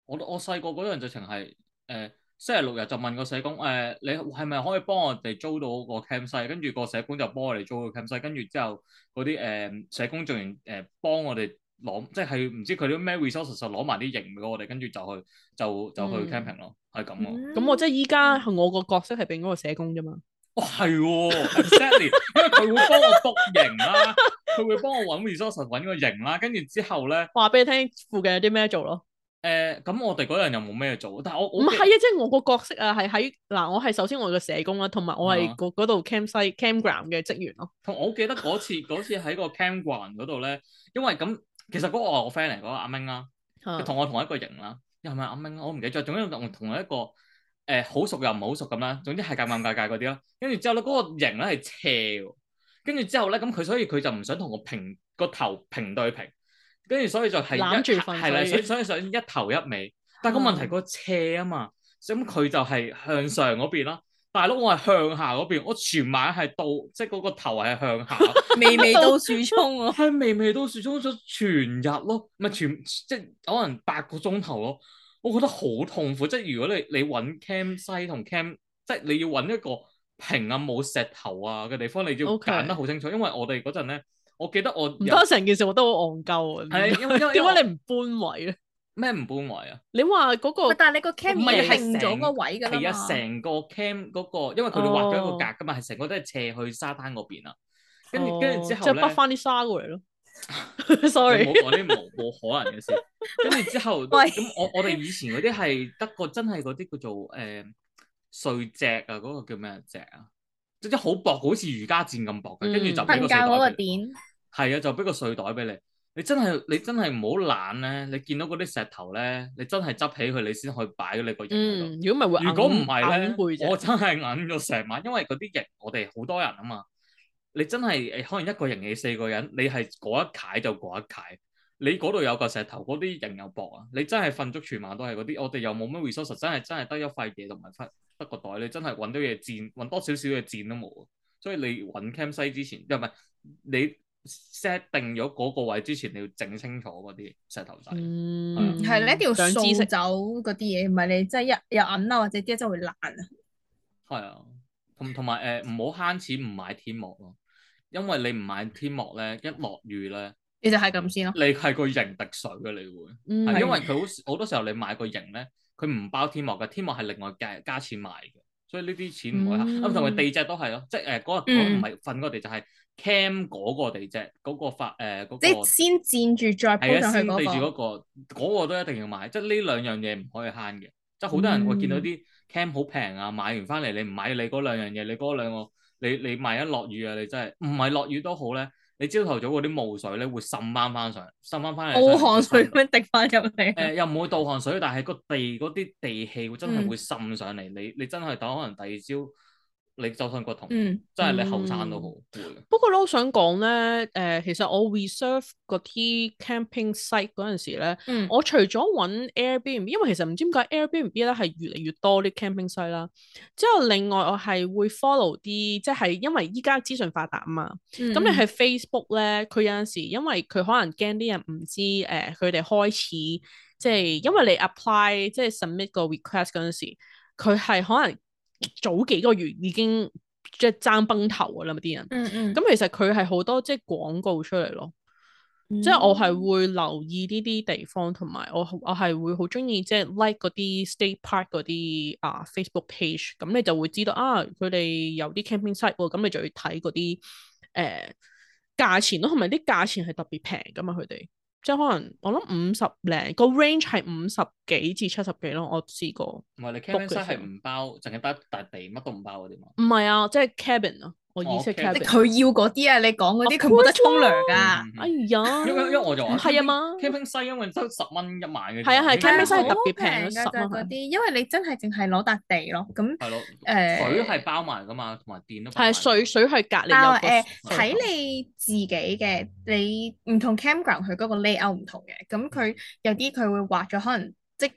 Speaker 3: 我我細個嗰樣直情係誒星期六日就問個社工誒、呃你係咪可以幫我哋租到個 campsite？跟住個社工就幫我哋租個 campsite，跟住之後嗰啲誒社工做完誒、幫我哋攞，即係唔知佢啲咩 resources 就攞埋啲營俾我哋，跟住就去就就
Speaker 1: 嗯
Speaker 3: 去 camping 咯，係咁咯。
Speaker 2: 嗯
Speaker 1: 咁我即係依家係我個角色係變嗰個社工啫嘛。
Speaker 3: 哦，係喎，exactly，因為佢會幫我 book 營啦，佢會幫我揾 resources 揾個營啦，跟住之後咧
Speaker 1: 話俾你聽附近有啲咩做咯。
Speaker 3: 誒咁我哋嗰樣又冇咩做，但係我
Speaker 1: 唔
Speaker 3: 我
Speaker 1: 係啊，即係我個角色啊，係喺嗱，我係首先我係個社工啦，同埋我係
Speaker 3: 啊
Speaker 1: 嗰嗰度 campsite campground 嘅職員咯。
Speaker 3: 同我好記得嗰次嗰次喺個 cam 環嗰度咧，因為咁其實嗰個我我 friend 嚟嗰個阿明啊啦，
Speaker 1: 嚇
Speaker 3: 佢同我同一個型啦，又係咪阿明啊我唔記得咗，總之同同一個誒、呃好熟又唔好熟咁啦，總之係尷尷尬尬嗰啲啦。跟住之後咧，嗰、個型咧係斜喎，跟住之後咧，咁佢所以佢就唔想同我平個頭平對平，跟住所以就係一
Speaker 1: 攬住瞓
Speaker 3: 係
Speaker 1: 所
Speaker 3: 啦，所
Speaker 1: 以
Speaker 3: 以所以想一頭一尾，但係個問題
Speaker 1: 啊
Speaker 3: 個斜啊嘛，咁佢就係向上嗰邊啦。大佬，我係向下嗰邊，我全晚係倒，即係嗰個頭係向下，
Speaker 2: 微微到 樹衝啊！
Speaker 3: 哦係微微到雪中咗全日咯，唔係全即係可能八個鐘頭咯。我覺得好痛苦，即係如果你你揾 cam 西同 cam，即係你要揾一個平啊冇石頭啊嘅地方，你要
Speaker 1: OK
Speaker 3: 揀得好清楚。因為我哋嗰陣咧，我記得我
Speaker 1: 唔
Speaker 3: 有
Speaker 1: 得成件事，我覺得好戇鳩啊！
Speaker 3: 係因為因為
Speaker 1: 點解你唔搬位咧？
Speaker 3: 咩唔搬位啊？
Speaker 1: 你話嗰個
Speaker 2: 喂但係你個 cam
Speaker 3: 唔
Speaker 2: 已
Speaker 3: 係
Speaker 2: 經定咗個位㗎啦
Speaker 3: 係
Speaker 2: 嘛
Speaker 3: 啊，成個 cam 嗰、個，因為佢哋畫咗一個
Speaker 1: 哦
Speaker 3: 格㗎嘛，係成個都係斜去沙灘嗰邊啊。跟住跟住之
Speaker 1: 哦
Speaker 3: 後
Speaker 1: 即
Speaker 3: 咧，
Speaker 1: 係北翻啲沙過嚟 咯。
Speaker 3: 你
Speaker 1: Sorry，
Speaker 3: 唔好講啲冇冇可能嘅事。跟住之 後，
Speaker 2: 喂
Speaker 3: 咁我我哋以前嗰啲係得個真係嗰啲叫做誒碎隻啊，嗰、個叫咩隻啊？即係好薄，好似瑜伽墊咁薄嘅，跟住
Speaker 1: 嗯
Speaker 3: 就俾個
Speaker 2: 瞓
Speaker 3: 睡
Speaker 2: 覺嗰個
Speaker 3: 袋俾你。
Speaker 2: 點？
Speaker 3: 係啊，就俾個睡袋俾你。你真係你真係唔好懶咧，你見到嗰啲石頭咧，你真係執起佢，你先可以擺你個型喺度。
Speaker 1: 嗯，如果唔係會
Speaker 3: 如果唔係
Speaker 1: 硬背脊
Speaker 3: 咧，我真係揞咗成晚，因為嗰啲型我哋好多人啊嘛。你真係誒，可能一個型你四個人，你係嗰一揩就嗰一揩。你嗰度有嚿石頭，嗰啲型又薄啊！你真係瞓足全晚都係嗰啲，我哋又冇乜 resource，真係真係得一塊嘢同埋忽得個袋，你真係揾到嘢墊，揾多少少嘢墊都冇啊。所以你揾 cam 西之前，又唔係你 set 定咗嗰個位之前，你要整清楚嗰啲石頭仔。
Speaker 1: 嗯
Speaker 2: 嗯，係你一定要
Speaker 1: 長知
Speaker 2: 掃
Speaker 1: 識。
Speaker 2: 走嗰啲嘢，唔係你真係一有銀啊，或者啲嘢真係會爛啊。
Speaker 3: 係啊，同同埋誒唔好慳錢唔買天幕咯，因為你唔買天幕咧，一落雨咧，
Speaker 2: 你就係咁先咯。
Speaker 3: 你係個型滴水嘅，你會
Speaker 1: 嗯
Speaker 3: 係因為佢好似好多時候你買個型咧，佢唔包天幕嘅，天幕係另外加加錢買嘅，所以呢啲錢唔會慳。啊同埋地隻都係咯，即係誒呃嗰日嗰日唔
Speaker 2: 嗯
Speaker 3: 係瞓嗰個地隻係 cam 嗰個地隻嗰個發誒嗰
Speaker 2: 即
Speaker 1: 哦
Speaker 2: 係
Speaker 3: 個
Speaker 2: 先墊住再鋪
Speaker 3: 係啊，
Speaker 2: 上去
Speaker 3: 先地住嗰
Speaker 2: 嗰個。
Speaker 3: 個嗰個都一定要買，即係呢兩樣嘢唔可以慳嘅。即係好多人會見到
Speaker 2: 嗯
Speaker 3: 啲 cam 好平啊，買完翻嚟你唔買你嗰兩樣嘢，你嗰兩個你你萬一落雨啊，你真係唔係落雨都好咧，你朝頭早嗰啲霧水咧會滲翻翻上，滲翻翻嚟上嚟。
Speaker 2: 冇汗水
Speaker 3: 誒、
Speaker 2: 咁樣滴翻入嚟。啊
Speaker 3: 又唔會倒汗
Speaker 2: 嗯
Speaker 3: 水，但係個地嗰啲地氣會真係會滲上嚟，你你真係等可能第二朝你周身骨痛，
Speaker 2: 嗯
Speaker 3: 真係你後生都好攰嘅。
Speaker 1: 不過咧，我想講咧，誒、其實我 reserve 嗰啲 camping site 嗰陣時咧，
Speaker 2: 嗯，
Speaker 1: 我除咗揾 Airbnb，因為其實唔知點解 Airbnb 咧係越嚟越多啲 camping site 啦。之後另外我係會 follow 啲，即係因為依家資訊發達啊嘛，
Speaker 2: 嗯
Speaker 1: 咁你喺 Facebook 咧，佢有陣時因為佢可能驚啲人唔知誒，呃佢、哋開始即係因為你 apply 即係 submit 個 request 嗰陣時，佢係可能早幾個月已經即係爭崩頭㗎啦嘛啲人。
Speaker 2: 嗯嗯，
Speaker 1: 咁其實佢係好多即係廣告出嚟咯，即係我係
Speaker 3: 嗯
Speaker 1: 會留意呢啲地方，同埋我我係會好中意即係 like 嗰啲 state park 嗰啲啊 Facebook page，咁你就會知道啊佢哋有啲 camping site 喎，咁你就要睇嗰啲誒價錢咯，同埋啲價錢係特別平噶嘛，佢哋即係可能我諗五十零個 range 係五十幾至七十幾咯，我試過，
Speaker 3: 唔係你
Speaker 1: book 嘅
Speaker 3: camping site
Speaker 1: 時
Speaker 3: 係
Speaker 1: 候
Speaker 3: 唔包，淨係得笪地，乜都唔包嗰啲嘛。
Speaker 1: 唔係啊，即係 cabin 啊，我意思
Speaker 3: 哦
Speaker 1: 係
Speaker 2: 即
Speaker 3: cabin
Speaker 1: cabin，
Speaker 2: 佢要嗰啲啊，你講嗰啲佢冇
Speaker 1: Of
Speaker 2: 得
Speaker 1: course
Speaker 2: 沖涼啊噶
Speaker 3: 嗯，嗯嗯
Speaker 1: 哎呀，
Speaker 3: 因為因為我就話
Speaker 1: 唔係啊嘛
Speaker 3: camping site 因為得十蚊一晚嘅啫，
Speaker 1: 係啊係
Speaker 3: 你
Speaker 1: camping
Speaker 2: 係
Speaker 1: site
Speaker 2: 好
Speaker 1: 係特別平
Speaker 2: 㗎
Speaker 1: 十
Speaker 2: 就係
Speaker 1: 蚊
Speaker 2: 嗰
Speaker 1: 係
Speaker 2: 啲，因為你真係淨係攞笪地咯，咁。
Speaker 3: 係咯，
Speaker 2: 誒
Speaker 3: 水係包埋噶嘛，同埋電都包埋
Speaker 1: 係
Speaker 3: 㗎
Speaker 1: 水水係隔離
Speaker 2: 啊
Speaker 1: 有個水
Speaker 2: 誒，睇
Speaker 1: 喉
Speaker 2: 你自己嘅，你唔同 campground 佢嗰個 layout 唔同嘅，咁佢有啲佢會畫咗可能即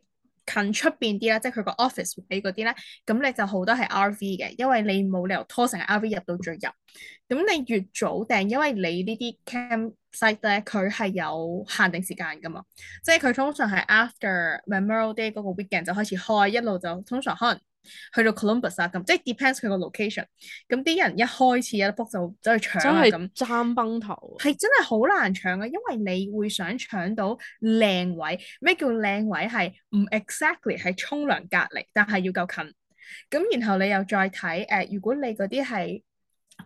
Speaker 2: 近出邊啲啦，即係佢個 office 俾嗰啲咧，咁你就好多係 RV 嘅，因為你冇理由拖成 RV 入到最入。咁你越早訂，因為你呢啲 camp site 咧，佢係有限定時間噶嘛，即係佢通常係 after Memorial Day 嗰個 weekend 就開始開，一路就通常可能去到 Columbus 啊咁，即係 depends 佢個 location。咁啲人一開始一 book 就走去搶
Speaker 1: 真
Speaker 2: 啊
Speaker 1: 係
Speaker 2: 咁。
Speaker 1: 爭崩頭啊！
Speaker 2: 係真係好難搶嘅，因為你會想搶到靚位。咩叫靚位？係唔 exactly 係沖涼隔離，但係要夠近。咁然後你又再睇誒、呃如果你嗰啲係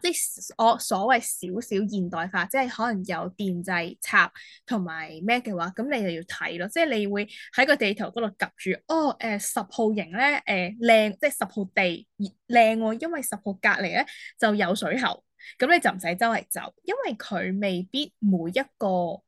Speaker 2: 即係我所謂少少現代化，即係可能有電掣插同埋咩嘅話，咁你就要睇咯。即係你會喺個地圖嗰度及住，哦誒十、號營咧誒靚，即係十號地靚喎、因為十號隔離咧就有水喉。咁你就唔使周圍走，因為佢未必每一個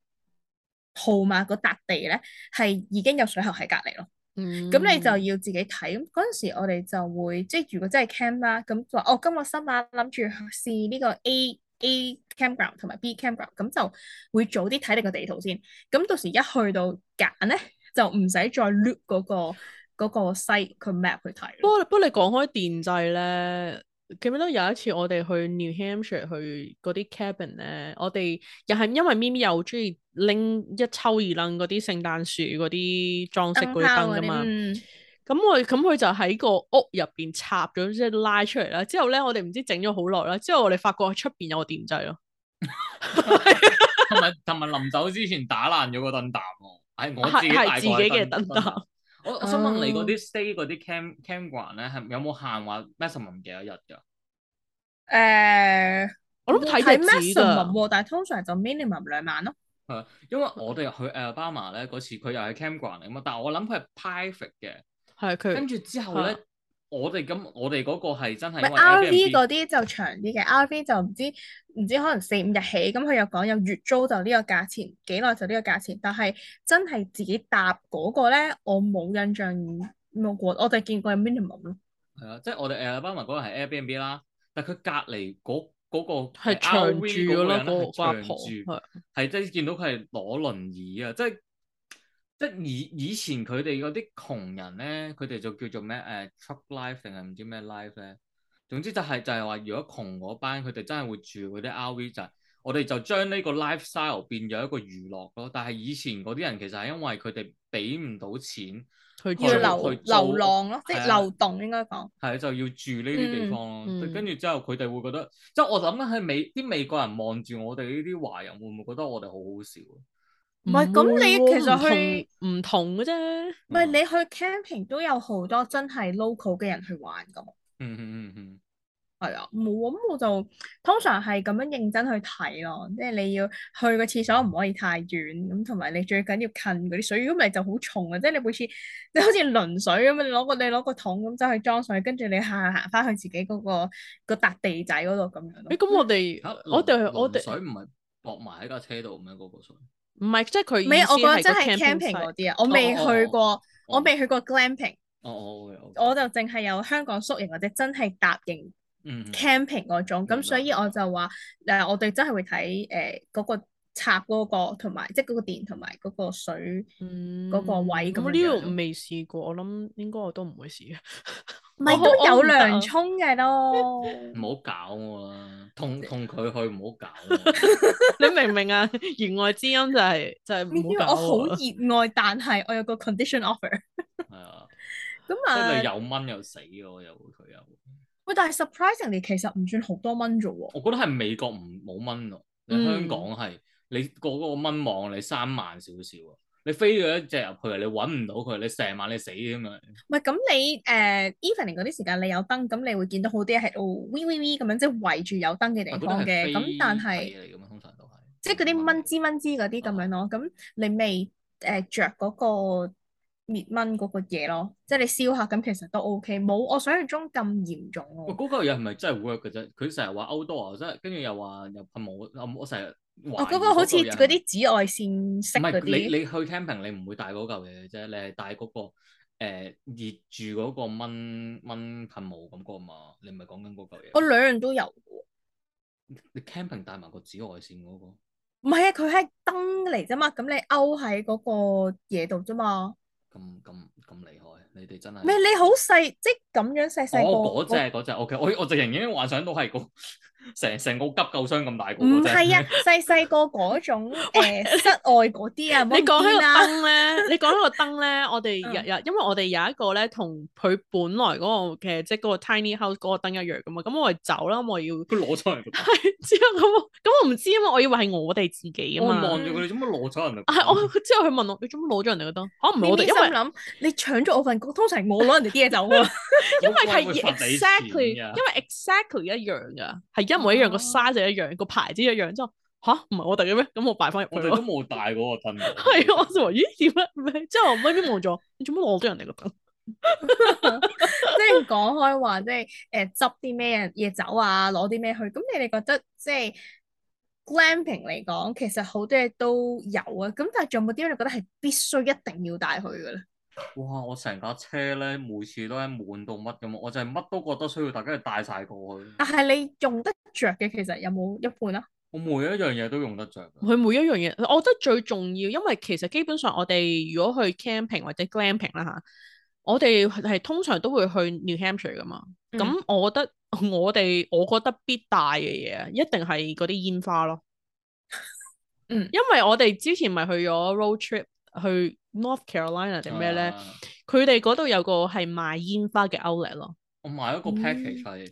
Speaker 2: 號碼嗰笪地咧係已經有水喉喺隔離咯。
Speaker 1: 嗯
Speaker 2: 咁你就要自己睇。咁嗰陣時我哋就會即係如果真係 camp 啦，咁就話哦，今個新馬諗住試呢個 A。A campground 同埋 B campground，咁就會早啲睇你個地圖先。咁到時一去到揀咧，就唔使再 look 嗰、個嗰、個 site 佢 map 去睇
Speaker 1: 不
Speaker 2: 咯。
Speaker 1: 過不過你講開電掣咧，記唔記得有一次我哋去 New Hampshire 去嗰啲 cabin 咧，我哋又係因為咪咪又中意拎一抽二楞嗰啲聖誕樹嗰啲裝飾嗰啲燈
Speaker 2: 泡
Speaker 1: 噶
Speaker 2: 啲
Speaker 1: 嘛。
Speaker 2: 嗯
Speaker 1: 咁我咁佢就喺個屋入邊插咗，即係拉出嚟啦。之後咧，我哋唔知整咗好耐啦。之後我哋發覺出邊有個電掣咯。
Speaker 3: 同埋同埋臨走之前打爛咗個燈膽喎，係我自己
Speaker 1: 係
Speaker 3: 大
Speaker 1: 係
Speaker 3: 個
Speaker 1: 自己嘅燈
Speaker 3: 膽。
Speaker 1: 膽。哦
Speaker 3: 我我想問你嗰啲 stay 嗰啲 cam campground 咧，係有冇限話 maximum 幾多日㗎？
Speaker 2: 誒，
Speaker 1: 我諗睇
Speaker 2: 嗯
Speaker 1: 日
Speaker 2: 係
Speaker 1: 子
Speaker 2: maximum
Speaker 1: 㗎。
Speaker 2: 喎，但係通常就 minimum 兩萬咯。
Speaker 3: 係啊因為我哋去 Alabama 咧嗰次，佢又係 campground 嚟㗎嘛，但係我諗佢係 private 嘅。
Speaker 1: 係
Speaker 3: 跟
Speaker 1: 佢
Speaker 3: 住之後
Speaker 1: 係
Speaker 3: 咧，我哋咁我哋嗰個係真
Speaker 2: 唔
Speaker 3: 係因
Speaker 2: 係
Speaker 3: 為
Speaker 2: RV
Speaker 3: Airbnb
Speaker 2: 嗰啲就長啲嘅，RV 就唔知唔知可能四五日起，咁佢又講有月租就呢個價錢，幾耐就呢個價錢。但係真係自己搭嗰個咧，我冇印象冇過，我哋見過有 minimum 咯。
Speaker 3: 係啊，即係我哋 Alabama 嗰個係 Airbnb 啦，但係佢隔離嗰嗰個
Speaker 1: 係
Speaker 3: RV
Speaker 1: 長住㗎
Speaker 3: 嗰個
Speaker 1: 咯，
Speaker 3: 人呢
Speaker 1: 嗰
Speaker 3: 係
Speaker 1: 個阿
Speaker 3: 長
Speaker 1: 婆
Speaker 3: 住。
Speaker 1: 係。
Speaker 3: 係即係見到佢係攞輪椅啊！即係即係以以前佢哋嗰啲窮人咧，佢哋就叫做咩誒、truck life 定係唔知咩 life 咧。總之就係、就係、話，如果窮嗰班，佢哋真係會住嗰啲 RV 就係我哋就將呢個 lifestyle 變咗一個娛樂咯。但係以前嗰啲人其實係因為佢哋俾唔到錢，
Speaker 1: 佢
Speaker 3: 去
Speaker 2: 要
Speaker 1: 住
Speaker 2: 流
Speaker 3: 去租
Speaker 2: 流浪咯，即
Speaker 3: 係
Speaker 2: 係
Speaker 3: 啊
Speaker 2: 流動應該講。
Speaker 3: 係就要住呢啲地
Speaker 1: 嗯
Speaker 3: 方咯。
Speaker 1: 嗯
Speaker 3: 跟住之後佢哋會覺得，即係我諗緊喺美啲美國人望住我哋呢啲華人，會唔會覺得我哋好好笑啊？
Speaker 2: 唔係咁你
Speaker 1: 會喎
Speaker 2: 其實
Speaker 1: 唔同
Speaker 2: 去
Speaker 1: 唔同嘅啫，
Speaker 2: 唔係你去 camping 都有好多真係 local 嘅人去玩㗎嘛。
Speaker 3: 嗯嗯嗯嗯。
Speaker 2: 係啊，冇咁我就通常係咁樣認真去睇咯，即係你要去個廁所唔可以太遠，咁同埋你最緊要近嗰啲水，如果唔係就好重啊！即係你每次 你好似輪水咁樣，你攞個你攞個桶咁走去裝水，跟住你下下行翻去自己嗰、個個笪地仔嗰度咁樣
Speaker 1: 誒
Speaker 2: 咯。
Speaker 1: 咁我哋
Speaker 3: 嚇
Speaker 1: 我哋
Speaker 3: 龍
Speaker 1: 我
Speaker 3: 龍
Speaker 1: 哋
Speaker 3: 啊水唔係駁埋喺架車度咩？嗰個水
Speaker 1: 唔係即係佢
Speaker 2: 唔係啊，我
Speaker 1: 覺
Speaker 2: 覺得真係 camping 嗰啲啊，我未去過，哦
Speaker 3: 哦
Speaker 2: 我未去過 glamping，
Speaker 3: 哦，我會我
Speaker 2: 我就淨係有香港宿營或者真係搭營
Speaker 3: 嗯
Speaker 2: camping 嗰種，
Speaker 3: 明白
Speaker 2: 咁所以我就話誒，我哋真係會睇誒嗰個插嗰、個同埋即係嗰個電同埋嗰個水。
Speaker 1: 嗰
Speaker 2: 個位
Speaker 1: 嗯咁
Speaker 2: 咁樣
Speaker 1: 呢度未試過，我諗應該我都唔會試嘅。
Speaker 2: 唔 係
Speaker 1: 我
Speaker 2: 都
Speaker 1: 我
Speaker 2: 有
Speaker 1: 唔得啊
Speaker 2: 涼衝嘅咯，
Speaker 3: 唔好搞我啦，同同佢去唔好搞我。
Speaker 1: 你明唔明啊？言外之音就係、就係
Speaker 2: 呢
Speaker 1: 唔
Speaker 2: 啲
Speaker 1: 好
Speaker 2: 我
Speaker 1: 搞我
Speaker 2: 好
Speaker 1: 啊
Speaker 2: 熱愛，但係我有個 condition offer。
Speaker 3: 係啊，
Speaker 2: 咁
Speaker 3: 即係你
Speaker 2: 啊，
Speaker 3: 又蚊又死咯，又會佢又會。
Speaker 2: 喂，但係 surprisingly 其實唔算好多蚊啫喎。
Speaker 3: 我覺得係美國唔冇蚊咯，
Speaker 2: 嗯
Speaker 3: 你香港係你個嗰個蚊網你三萬少少啊，你飛咗一隻入去，你揾唔到佢，你成晚你死咁樣。
Speaker 2: 唔係咁你誒、evening 嗰啲時間你有燈，咁你會見到好啲係哦 v v v 咁樣，即係圍住有燈嘅地
Speaker 3: 啊但嗰
Speaker 2: 方
Speaker 3: 啲係
Speaker 2: 嘅。
Speaker 3: 飛
Speaker 2: 咁但係
Speaker 3: 蟻嚟咁啊，通常都係
Speaker 2: 即係嗰啲蚊滋蚊滋嗰啲咁樣咯。咁你未誒著嗰個滅蚊嗰個嘢咯，即係你燒下咁其實都 OK，冇我想象中咁嚴重
Speaker 3: 喂，
Speaker 2: 咯。
Speaker 3: 嗰嚿嘢係咪真係 work 嘅啫？佢成日話 outdoor，真係啊跟住又話又噴霧，我我成日
Speaker 2: 哦，
Speaker 3: 懷疑
Speaker 2: 嗰個好似
Speaker 3: 嚿嘢係
Speaker 2: 嗰啲紫外線色
Speaker 3: 唔
Speaker 2: 嗰
Speaker 3: 係你
Speaker 2: 啲，
Speaker 3: 你去 camping 你唔會帶嗰嚿嘢嘅啫，你係帶嗰個誒熱住嗰個蚊蚊噴霧咁個嘛，你唔係講緊嗰嚿
Speaker 2: 我
Speaker 3: 嘢。
Speaker 2: 兩樣都有喎。
Speaker 3: 你 camping 帶埋個紫外線嗰個。
Speaker 2: 唔係啊，佢係燈嚟啫嘛，咁你勾喺嗰個嘢度啫嘛。
Speaker 3: 咁咁咁厲害，啊你哋真係
Speaker 2: 唔係你好細，即係咁樣細細個。
Speaker 3: 哦嗰只嗰只 OK，我我直情已經幻想到係個 成成個急救箱咁大個
Speaker 2: 唔
Speaker 3: 嗰隻。
Speaker 2: 係啊，細細個嗰種誒室外嗰啲啊，
Speaker 1: 你講
Speaker 2: 起
Speaker 1: 起個燈咧，你講起個燈咧， 我哋
Speaker 2: 嗯
Speaker 1: 日日，因為我哋有一個咧，同佢本來嗰個嘅即係嗰個 tiny house 嗰個燈一樣噶嘛，咁我哋走啦，咁我要
Speaker 3: 佢攞咗人個，
Speaker 1: 之後咁我咁我唔知啊嘛，我以為係我哋自己啊
Speaker 3: 我
Speaker 1: 嘛，
Speaker 3: 望住佢，你做乜攞咗人
Speaker 1: 啊係我之後佢問我你做乜攞咗人哋個燈？可能唔係
Speaker 2: 我
Speaker 1: 我哋，
Speaker 2: 哋
Speaker 1: 因為
Speaker 2: 心諗你搶咗我份工，通常我攞人哋啲嘢 走啊。
Speaker 1: 因為係
Speaker 3: 我會罰你
Speaker 1: exactly，因
Speaker 3: 錢㗎
Speaker 1: 為 exactly 一樣噶，係一模一樣個
Speaker 2: 哦
Speaker 1: size 一樣，個牌子一樣，之後吓唔係我哋嘅咩？咁我擺翻入
Speaker 3: 我
Speaker 1: 去
Speaker 3: 哋都
Speaker 1: 咯。
Speaker 3: 冇帶嗰個燈。
Speaker 1: 係啊，我就話咦點咧？咩之後我咪咪望咗，你做乜攞咗人哋個燈？
Speaker 2: 即係講開話，即係誒執啲咩嘢走啊，攞啲咩去。咁你哋覺得即係 glamping 嚟講，其實好多嘢都有啊。咁但係仲有冇啲你覺得係必須一定要帶去嘅咧？
Speaker 3: 哇！我成架車咧，每次都係滿到乜咁，我就係乜都覺得需要大家帶晒過去。
Speaker 2: 但係你用得着嘅，其實有冇一半啊？
Speaker 3: 我每一樣嘢都用得着㗎。
Speaker 1: 佢每一樣嘢，我覺得最重要，因為其實基本上我哋如果去 camping 或者 glamping 啦嚇，我哋係通常都會去 New Hampshire 噶嘛。
Speaker 2: 嗯
Speaker 1: 咁、我覺得 我哋我覺得必帶嘅嘢，一定係嗰啲煙花 咯。
Speaker 2: 嗯
Speaker 1: 因為我哋之前咪去咗 road trip 去 North Carolina 定咩咧？
Speaker 3: 啊？
Speaker 1: 佢哋嗰度有個係賣煙花嘅 outlet 咯，
Speaker 3: 我買咗個
Speaker 1: 嗯
Speaker 3: package 係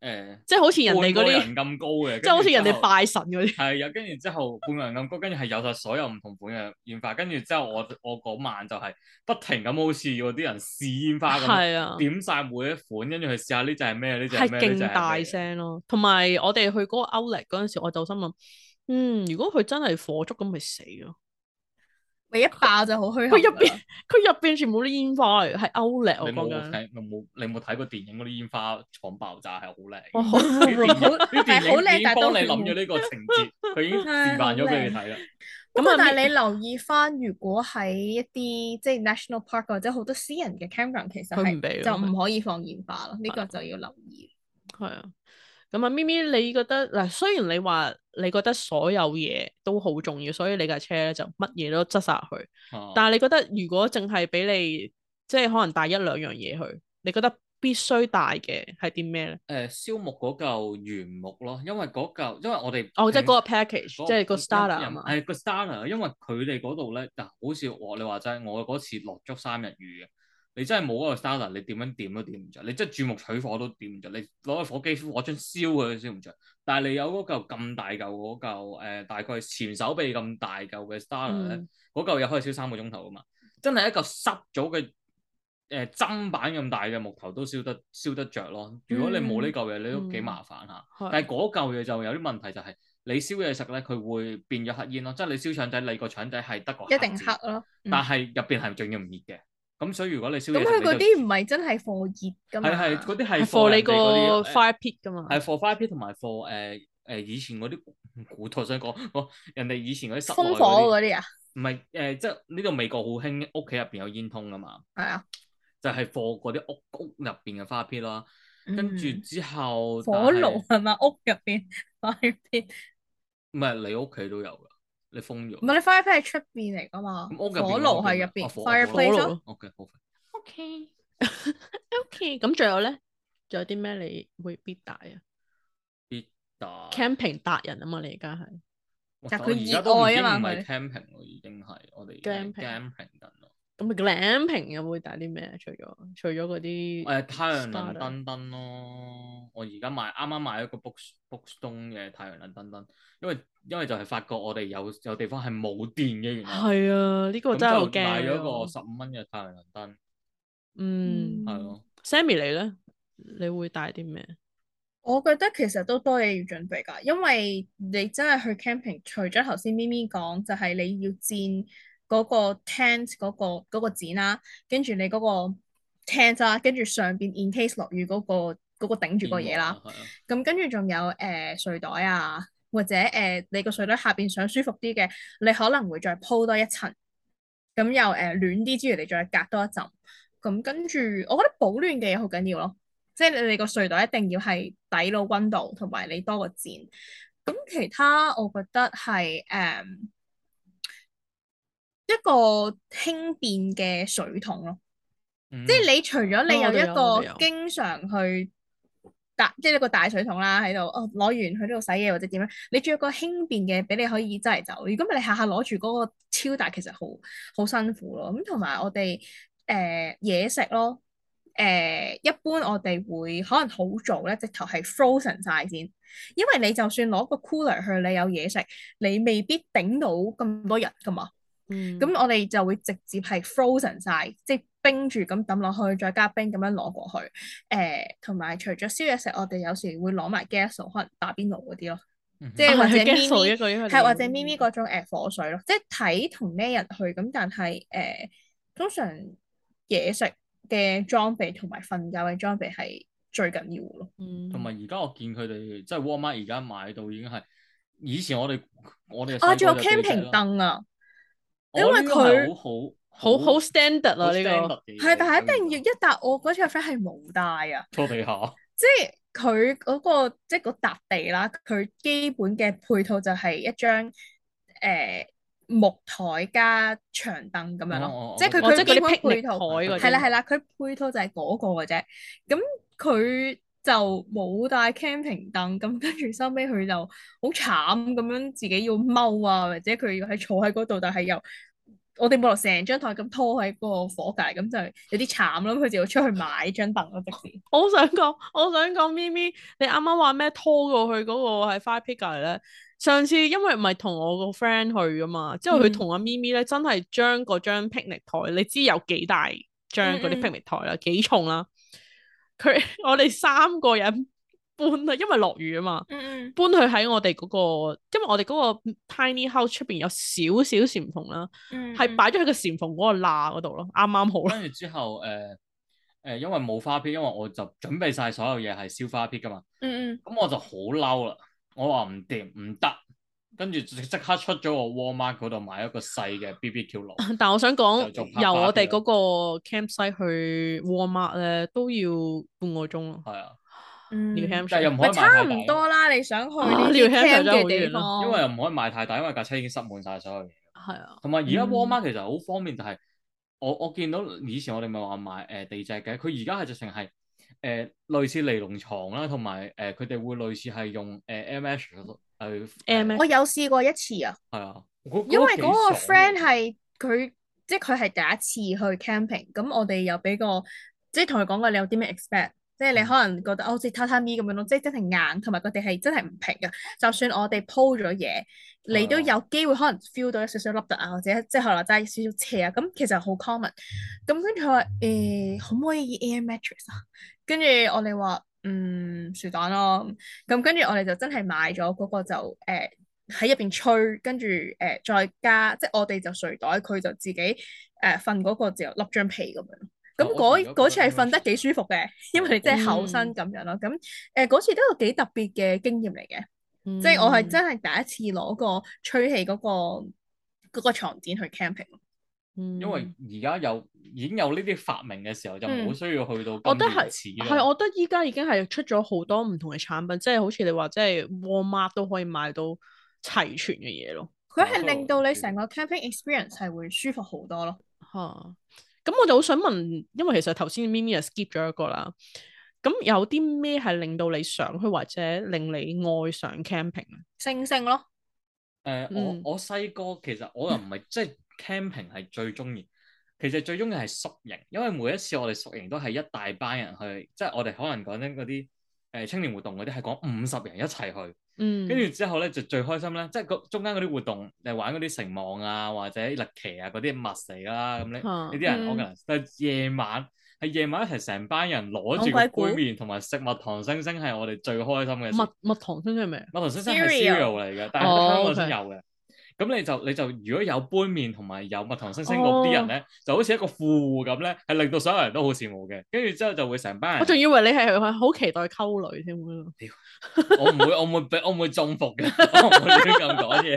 Speaker 3: 誒，
Speaker 1: 即係好似人哋
Speaker 3: 半個
Speaker 1: 嗰啲，
Speaker 3: 人咁高嘅，
Speaker 1: 即係好似人
Speaker 3: 跟住之
Speaker 1: 哋
Speaker 3: 後
Speaker 1: 拜神嗰啲。
Speaker 3: 係啊，跟住之後半個人咁高，跟住係有晒所有唔同款嘅煙花，跟住之後我我嗰晚就係不停咁好似嗰啲人試煙花咁，
Speaker 1: 係啊。
Speaker 3: 點晒每一款，跟住去試下呢只係咩，呢只
Speaker 1: 係
Speaker 3: 係咩，呢
Speaker 1: 勁
Speaker 3: 隻係
Speaker 1: 大
Speaker 3: 咩
Speaker 1: 聲咯，同埋我哋去嗰個 Outlet 嗰陣時，我就心諗，嗯，如果佢真係火燭咁，咪死咯。
Speaker 2: 你一爆就好虛
Speaker 1: 佢
Speaker 2: 撼
Speaker 1: 入
Speaker 2: 㗎啦
Speaker 1: 邊佢入邊全部啲煙花嚟，係 Outlet 我
Speaker 3: 你
Speaker 1: 講
Speaker 3: 冇
Speaker 1: 緊。
Speaker 3: 睇，你冇你冇睇過電影嗰啲煙花廠爆炸係好靚
Speaker 1: 哇
Speaker 3: 嘅，
Speaker 1: 好
Speaker 3: 啲電影
Speaker 2: 好
Speaker 3: 啲電
Speaker 2: 係好靚
Speaker 3: 影已經
Speaker 2: 但係都
Speaker 3: 幫你諗
Speaker 2: 好
Speaker 3: 咗呢個情節，佢已經示
Speaker 2: 唉
Speaker 3: 範咗
Speaker 2: 好
Speaker 3: 俾你
Speaker 2: 靚
Speaker 3: 睇啦。
Speaker 2: 咁
Speaker 1: 咁啊
Speaker 2: 但係你留意翻，如果喺一啲即係 national park 或者好多私人嘅 campground，其實
Speaker 1: 佢唔俾咯
Speaker 2: 係就
Speaker 1: 係
Speaker 2: 唔可以放煙花咯，呢個就要留意。
Speaker 1: 係啊，咁啊，咪咪，你覺得嗱？雖然你話你覺得所有嘢都好重要，所以你架車咧就乜嘢都執晒去。
Speaker 3: 啊
Speaker 1: 但係你覺得如果淨係俾你，即係可能帶一兩樣嘢去，你覺得必須帶嘅係啲咩咧？
Speaker 3: 誒呃燒木嗰嚿原木咯，因為嗰嚿因為我哋
Speaker 1: 哦，即係
Speaker 3: 平
Speaker 1: 嗰個 package，即係個 starter 啊嘛。
Speaker 3: 係個 starter，因為佢哋嗰度咧，嗱，好似我你話齋，我嗰次落足三日雨嘅，你真係冇嗰個 starter，你點樣點都點唔着，你真係鑽木取火都點唔着，你攞個火機火槍燒佢都燒唔着。但係你有嗰嚿咁大嚿嗰嚿誒，大概前手臂咁大嚿嘅 starter 咧
Speaker 1: 嗯，
Speaker 3: 嗰嚿嘢可以燒三個鐘頭噶嘛，真係一嚿濕咗嘅。誒砧板咁大嘅木頭都燒得燒得着咯。如果你冇呢嚿嘢，你都幾
Speaker 1: 嗯
Speaker 3: 麻煩嚇。
Speaker 1: 係
Speaker 3: 但係嗰嚿嘢就有啲問題，就係你燒嘢食咧，佢會變咗黑煙咯。即係你燒腸仔，你個腸仔係得個
Speaker 2: 一定
Speaker 3: 字
Speaker 2: 黑，咯。嗯
Speaker 3: 但係入邊係仲要唔熱嘅。咁所以如果你燒
Speaker 2: 咁
Speaker 3: 嘢
Speaker 2: 佢
Speaker 3: 食，
Speaker 2: 嗰啲唔係真係放熱噶嘛？
Speaker 3: 係係嗰啲係
Speaker 1: 係
Speaker 3: for
Speaker 1: for 你
Speaker 3: 人哋
Speaker 1: 個
Speaker 3: 嗰啲誒
Speaker 1: fire pit 噶嘛？
Speaker 3: 係 for five P 同埋 for 誒誒以前嗰啲古代想講，我人哋以前嗰啲室內
Speaker 2: 烽
Speaker 3: 嗰
Speaker 2: 火
Speaker 3: 啲
Speaker 2: 嗰啲啊，
Speaker 3: 唔係誒，即係呢度美國好興屋企入邊有煙通噶嘛。
Speaker 2: 係啊，
Speaker 3: 就係放嗰啲屋屋入邊嘅花 P 啦。跟住
Speaker 2: 嗯
Speaker 3: 之後但
Speaker 2: 火
Speaker 3: 係
Speaker 2: 爐係咪屋入邊 fire pit？
Speaker 3: 唔係你屋企都有㗎，你封咗
Speaker 2: 唔係你 fire pit 係出邊嚟噶嘛？
Speaker 3: 咁屋入邊
Speaker 2: 火爐
Speaker 3: 嗰個
Speaker 2: 係入
Speaker 3: 咩
Speaker 2: 邊
Speaker 3: 哦火爐
Speaker 1: 火
Speaker 2: fireplace 咯。
Speaker 1: 爐
Speaker 3: OK，好。
Speaker 1: O K O K，咁仲有咧？仲有啲咩你會必帶啊
Speaker 3: 但
Speaker 1: ？camping 達人啊嘛，你而家係
Speaker 3: 哇
Speaker 2: 但
Speaker 3: 我
Speaker 2: 佢
Speaker 3: 而家
Speaker 2: 熱
Speaker 3: 都唔
Speaker 2: 愛
Speaker 3: 已經
Speaker 2: 啊
Speaker 3: 唔
Speaker 2: 嘛
Speaker 3: 係
Speaker 2: 佢
Speaker 3: camping 咯，已經係我哋
Speaker 1: Glamping
Speaker 3: camping 緊咯。
Speaker 1: 咁 glamping 又會帶啲咩？啊除咗除咗嗰啲
Speaker 3: 誒太陽能
Speaker 1: starter
Speaker 3: 燈燈咯，我而家買啱啱買咗個 Book Bookstone 嘅太陽能燈燈，因為因為就係發覺我哋有有地方係冇電嘅 原來，
Speaker 1: 係啊，呢個真係好
Speaker 3: 咁就
Speaker 1: 驚
Speaker 3: 買咗
Speaker 1: 啊
Speaker 3: 個十五蚊嘅太陽能燈，
Speaker 1: 嗯
Speaker 3: 係咯，
Speaker 1: ，Sammy 你咧，你會帶啲咩？
Speaker 2: 我覺得其實都多嘢要準備㗎，因為你真係去 camping，除咗頭先咪咪講，就係、你要佔嗰個 tent 嗰、個嗰、個展啦，跟住你嗰個 tent 啦，跟住上邊 in case 落雨嗰、個嗰、個頂住個嘢啦，
Speaker 3: 天幕啊，係啊
Speaker 2: 咁跟住仲有誒、呃睡袋啊，或者誒、呃你個睡袋下邊想舒服啲嘅，你可能會再鋪多一層，咁又誒、呃暖啲之餘，你再隔多一層。咁跟住，我覺得保暖嘅嘢好緊要咯，即係你你個睡袋一定要係底到温度，同埋你多個墊。咁其他我覺得係誒、嗯一個輕便嘅水桶咯。
Speaker 3: 嗯
Speaker 2: 即係你除咗你
Speaker 1: 哦我
Speaker 2: 有
Speaker 1: 哋
Speaker 2: 一
Speaker 1: 有我哋有
Speaker 2: 個經常去大，即係一個大水桶啦喺度，哦攞完去呢度洗嘢或者點樣，你仲有個輕便嘅俾你可以真係走。如果唔係你下下攞住嗰個超大，其實好好辛苦咯。咁同埋我哋誒、呃嘢食咯，誒、一般我哋會可能好早咧，直頭係 frozen 晒先，因為你就算攞個 cooler 去，你有嘢食，你未必頂到咁多人噶嘛。
Speaker 1: 嗯，
Speaker 2: 咁我哋就會直接係 frozen 晒，即係冰住咁抌落去，再加冰咁樣攞過去。誒、同埋除咗燒嘢食，我哋有時會攞埋 gas 爐可能打邊爐嗰啲咯，
Speaker 3: 嗯哼
Speaker 2: 即係或
Speaker 1: 哦
Speaker 2: 者
Speaker 1: 係
Speaker 2: mini-
Speaker 1: Gasso 一個一個
Speaker 2: 係或者咪咪嗰種誒火水咯，即係睇同咩人去咁，但係誒、通常嘢食嘅裝備同埋瞓覺嘅裝備係最緊要咯。
Speaker 1: 嗯
Speaker 3: 同埋而家我見佢哋即係 Walmart 而家買到已經係，以前我哋我哋
Speaker 2: 啊，
Speaker 3: 細
Speaker 2: 仲有
Speaker 3: 個就記得
Speaker 2: camping
Speaker 3: 啦，
Speaker 2: 凳啊，
Speaker 3: 我
Speaker 2: 因為
Speaker 3: 呢個係
Speaker 2: 佢
Speaker 3: 好
Speaker 1: 好
Speaker 3: 好
Speaker 1: 好 standard 啊呢個，
Speaker 3: 個
Speaker 2: 係，但係一定要一笪我嗰次嘅 friend 係冇帶啊。
Speaker 3: 坐 地下。
Speaker 2: 即係佢嗰個即係嗰笪地啦，佢基本嘅配套就係一張誒、呃木台加長凳咁樣
Speaker 3: 哦哦
Speaker 2: 咯
Speaker 3: 哦，
Speaker 2: 即係佢
Speaker 1: 哦
Speaker 2: 佢
Speaker 1: 即係嗰
Speaker 2: 基
Speaker 1: 啲
Speaker 2: 本
Speaker 1: picnic
Speaker 2: 配套
Speaker 1: 台嗰啲，
Speaker 2: 係啦係啦，佢配套就係嗰個嘅啫。咁佢就冇帶 camping 凳，咁跟住收尾佢就好慘咁樣自己要踎啊，或者佢要喺坐喺嗰度，但係又我哋冇落成張台咁拖喺個火架，咁就有啲慘咯。佢就要出去買張凳咯，即時。
Speaker 1: 我好想講，我想講咪咪，你啱啱話咩拖過去嗰個係 Five Pick 隔離咧？上次因為唔係同我個 friend 去噶嘛，之後佢
Speaker 2: 嗯
Speaker 1: 同阿咪咪咧真係將嗰張 picnic 台，你知有幾大張嗰啲
Speaker 2: 嗯嗯
Speaker 1: picnic 台啦，幾重啦？佢我哋三個人搬啊，因為落雨啊嘛，
Speaker 2: 嗯嗯。
Speaker 1: 搬去喺我哋嗰、個，因為我哋嗰個 tiny house 出邊有少少簾縫啦，
Speaker 2: 嗯
Speaker 1: 係擺咗喺個簾縫嗰個罅嗰度咯，啱啱好啦。
Speaker 3: 跟住之後誒誒、呃呃因為冇花片，因為我就準備晒所有嘢係燒花片噶嘛，
Speaker 2: 嗯
Speaker 3: 咁我就好嬲啦，我話唔掂唔得，跟住即即刻出咗個 Walmart 嗰度買一個細嘅 BBQ 爐，
Speaker 1: 但我想講
Speaker 3: 就做，拍
Speaker 1: 由
Speaker 3: 花
Speaker 1: 我哋
Speaker 3: 嘅
Speaker 1: 嗰個 campsite 去 Walmart 咧，都要半個鐘咯。
Speaker 3: 係啊，
Speaker 2: 嗯
Speaker 1: New
Speaker 3: 但係
Speaker 1: Hampshire
Speaker 3: 又唔可
Speaker 2: 咪
Speaker 3: 以買
Speaker 2: 差
Speaker 3: 太
Speaker 2: 唔
Speaker 3: 大，
Speaker 2: 多啦，你想去呢
Speaker 1: 啊
Speaker 2: 啲
Speaker 1: 呢個
Speaker 2: camp
Speaker 1: Hampshire 真係
Speaker 2: 嘅
Speaker 1: 好遠
Speaker 2: 地
Speaker 1: 咯
Speaker 2: 方，
Speaker 3: 因為又唔可以買太大，因為架車已經塞滿晒所有嘢。
Speaker 1: 係啊，
Speaker 3: 同埋而家
Speaker 2: 嗯
Speaker 3: Walmart 其實好方便，就係我我見到以前我哋咪話買誒、呃地隻嘅，佢而家係直情係誒類似尼龍床啦，同埋誒佢哋會類似係用誒 M H 去
Speaker 1: M H
Speaker 2: 我有試過一次啊，
Speaker 3: 係啊，我
Speaker 2: 因為嗰啊個
Speaker 3: 個啊
Speaker 2: friend 係佢，即係佢係第一次去 camping，咁我哋又俾個，即係同佢講過你有啲咩 expect，即係你
Speaker 3: 嗯
Speaker 2: 可能覺得哦好似榻榻米咁樣咯，即係真係硬，同埋佢哋係真係唔平嘅。就算我哋鋪咗嘢，你都有機會可能 feel 到有少少凹凸啊，或者即係可能齋少少斜啊，咁其實好 common。咁跟住佢話誒，可唔可以 air mattress 啊？跟住我哋話嗯，薯蛋咯。咁跟住我哋就真係買咗嗰個就誒喺入邊吹，跟住誒再加，即係我哋就睡袋，佢就自己誒瞓嗰個就笠張被咁樣。咁
Speaker 3: 哦我
Speaker 2: 嗰
Speaker 3: 如
Speaker 2: 嗰
Speaker 3: 果
Speaker 2: 次
Speaker 3: 覺得
Speaker 2: 係瞓得嗯幾舒服嘅，因為你真係厚身咁樣咯。咁誒嗰次都有幾特別嘅經驗嚟嘅，
Speaker 1: 即
Speaker 2: 即係我係真係第一次攞個吹氣嗰個嗰個牀墊去 camping。
Speaker 1: 因
Speaker 3: 因為而家有已經有呢啲發明嘅時候，就冇
Speaker 2: 嗯
Speaker 3: 需要去到
Speaker 1: 我覺得
Speaker 3: 咁原始啦。
Speaker 1: 係，我覺得依家已經係出咗好多唔同嘅產品，即係好似你話，即係 Walmart 都可以買到齊全嘅嘢咯。
Speaker 2: 佢係令到你成個 camping experience 係會舒服好多咯。
Speaker 1: 嚇、咁我就好想問，因為其實頭先 Mimi 又 skip 咗一個啦。咁有啲咩係令到你想去或者令你愛上 camping 啊？
Speaker 2: 星星咯，
Speaker 3: 誒，
Speaker 1: 嗯
Speaker 3: 呃我我細個其實我又唔係即係 camping 係最中意，其實最中意係宿營，因為每一次我哋宿營都係一大班人去，即係我哋可能講緊嗰啲誒青年活動嗰啲係講五十人一齊去，
Speaker 1: 嗯，
Speaker 3: 跟住之後咧就最開心咧，即係個中間嗰啲活動誒玩嗰啲城網啊或者歷奇啊嗰啲 must 嚟啦，咁咧
Speaker 1: 嚇
Speaker 3: 呢啲
Speaker 2: 嗯
Speaker 3: 人 organize，但係夜晚係夜晚一齊成班人攞
Speaker 2: 講
Speaker 3: 住
Speaker 2: 鬼
Speaker 3: 個
Speaker 2: 故
Speaker 3: 杯麵同埋食蜜糖星星係我哋最開心嘅事。
Speaker 1: 蜜蜜糖星係咩？
Speaker 3: 麥糖星星係
Speaker 2: Cereal
Speaker 3: cereal 嚟嘅，但係
Speaker 1: 哦
Speaker 3: 香港
Speaker 1: OK
Speaker 3: 先有嘅。咁你就你就如果有杯麵同埋有麥糖星星嗰啲人
Speaker 1: 哦
Speaker 3: 咧，就好似一個富戶咁咧，係令到所有人都好羨慕嘅。跟住之後就會成班
Speaker 1: 我仲
Speaker 3: 人，
Speaker 1: 以為你係好期待溝女添喎。
Speaker 3: 我唔會我唔會俾我唔會中伏嘅， 我唔會亂咁講嘢。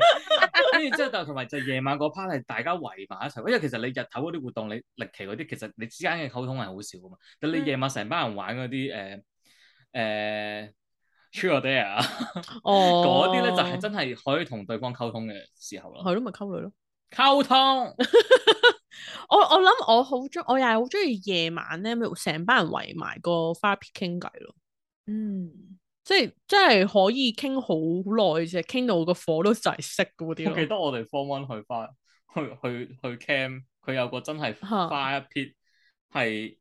Speaker 3: 跟住之後就同埋就夜晚嗰 part 係大家圍埋一齊，因為其實你日頭嗰啲活動，你歷期嗰啲其實你之間嘅溝通係好少噶嘛。但你
Speaker 2: 嗯
Speaker 3: 夜晚成班人玩嗰啲誒誒 true or dare 啊，
Speaker 1: 哦，
Speaker 3: 嗰啲咧就係真係可以同對方溝通嘅時候咯。
Speaker 1: 係咯，咪溝女咯。
Speaker 3: 溝通，
Speaker 1: 我我諗我好中，我又係好中意夜晚咧，咪成班人圍埋個花片傾偈咯。
Speaker 2: 嗯，
Speaker 1: 即係即係可以傾好耐啫，傾到個火都就係熄嗰啲
Speaker 3: 我
Speaker 1: 咯。
Speaker 3: 記得我 哋 form one 去花去去去 cam，佢有個真係
Speaker 1: 嚇
Speaker 3: 花一撇，係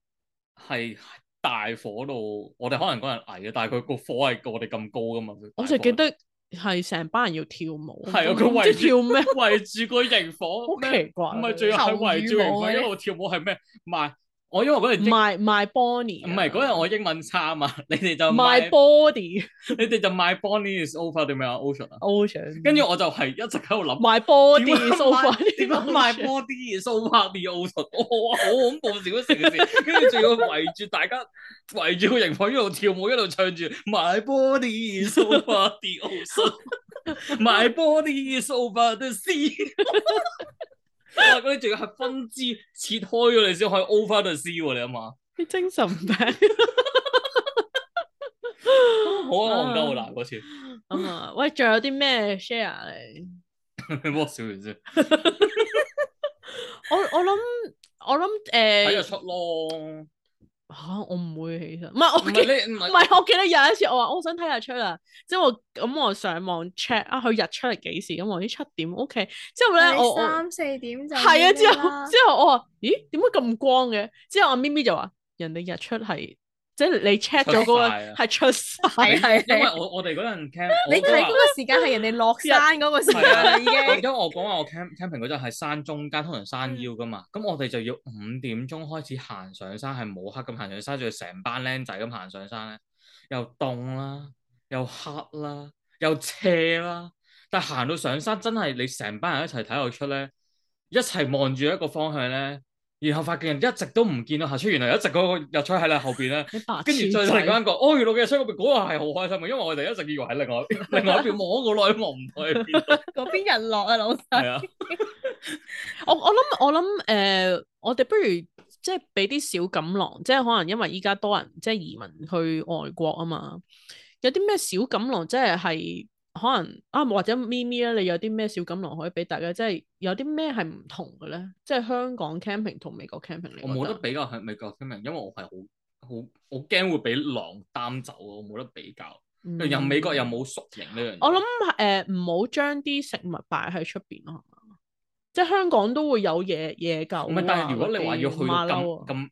Speaker 3: 係大火度，我哋可能嗰人矮嘅，但係佢個火係我哋咁高噶嘛。
Speaker 1: 我就記得係成班人要跳舞，
Speaker 3: 係啊
Speaker 1: 我唔
Speaker 3: 佢
Speaker 1: 知
Speaker 3: 圍住
Speaker 1: 跳 咩，
Speaker 3: 圍住個營火，
Speaker 1: 好
Speaker 3: 咩
Speaker 1: 奇怪。啊
Speaker 3: 唔係最後係圍住個營火一路跳舞係咩？賣我因為嗰日英
Speaker 1: 賣賣 Bonnie，啊
Speaker 3: 唔係嗰日我呃英文差嘛， 你哋就
Speaker 1: 賣
Speaker 3: 賣
Speaker 1: body
Speaker 3: 你哋就賣 Bonnie is over 定咩啊 Ocean 啊？
Speaker 1: ocean，
Speaker 3: 跟住我就係一直喺度諗。
Speaker 1: 賣 body
Speaker 3: 點解
Speaker 2: 啊
Speaker 1: sofa
Speaker 3: 賣點解賣 body 數百年奧術？哇，好恐怖！少少成件事，跟住仲要圍住大家圍住個營房一路跳舞，一路唱住賣 body 數百年奧術，賣 body 數百的詩。 哇！嗰啲仲要係分支切開咗你先可以 over the sea 喎，你諗下。
Speaker 1: 你精神 病
Speaker 3: 好啊，我唔得
Speaker 2: 嗯
Speaker 3: 好難嗰次，
Speaker 1: 咁啊！喂，仲有啲咩 share 嚟？
Speaker 3: 你幫我笑完先，
Speaker 1: 我我諗我諗
Speaker 3: 睇
Speaker 1: 誒
Speaker 3: 日出咯。唔
Speaker 1: 嚇，我唔會起身，唔係我記
Speaker 3: 係你唔
Speaker 1: 唔
Speaker 3: 係
Speaker 1: 係，我記得有一次我話我想睇日出啊，之後我咁我上網 check 啊，佢日出係幾時？咁我啲七點 OK，之後咧
Speaker 2: 但係
Speaker 1: 我我
Speaker 2: 三四點就
Speaker 1: 係啊，之後
Speaker 2: 後
Speaker 1: 之後我話咦點解咁光嘅？之後阿咪咪就話人哋日出係即係你 check 咗嗰
Speaker 3: 出
Speaker 1: 個
Speaker 3: 晒啊
Speaker 1: 係出晒，
Speaker 2: 係啊係
Speaker 3: 因為
Speaker 2: 係，
Speaker 3: 我我哋嗰陣 camp，
Speaker 2: 你
Speaker 3: 我都
Speaker 2: 睇嗰
Speaker 3: 話
Speaker 2: 個時間係人哋落山嗰個時間
Speaker 1: 啊
Speaker 2: 啦已
Speaker 3: 我
Speaker 2: 經。
Speaker 3: 因為我講話我 camp camping 嗰陣係山中間，通常山腰噶嘛，咁、我哋就要五點鐘開始行上山，係冇黑咁行上山，仲要成班僆仔咁行上山咧，又凍啦，又黑啦，又斜啦，但係行到上山真係你成班人一齊睇日出咧，一齊望住一個方向咧，然後發現一直都唔見到日出，原來一直嗰個日出喺你後邊咧。
Speaker 1: 你啊白
Speaker 3: 跟住
Speaker 1: 痴
Speaker 3: 再另外
Speaker 1: 仔
Speaker 3: 一個，哦，原來嘅出嗰邊嗰個係好開心嘅，因為我哋一直以為喺另外另外一邊望咗好耐，望唔到喺邊度。
Speaker 2: 嗰邊人落啊，老細。
Speaker 3: 係啊，
Speaker 1: 我我諗我諗誒、呃我哋不如即係俾啲小錦囊，即係可能因為依家多人即係移民去外國啊嘛，有啲咩小錦囊即係係可能啊或者咪咪咧，你有啲咩小錦囊可以俾大家？即係有啲咩係唔同嘅咧？即係香港 camping 同美國 camping 你
Speaker 3: 我冇
Speaker 1: 覺
Speaker 3: 得
Speaker 1: 得？
Speaker 3: 比較喺美國經明，因為我係好好我驚會俾狼擔走啊，我冇得比較。
Speaker 1: 嗯
Speaker 3: 又美國又。冇宿營呢樣嘢。
Speaker 1: 我諗誒唔好將啲食物擺喺出邊咯，係嘛即係香港都會有野野狗啊。
Speaker 3: 唔係，但係如果你話要去
Speaker 1: 嗰啲馬
Speaker 3: 到
Speaker 1: 騮
Speaker 3: 咁
Speaker 1: 啊
Speaker 3: 咁。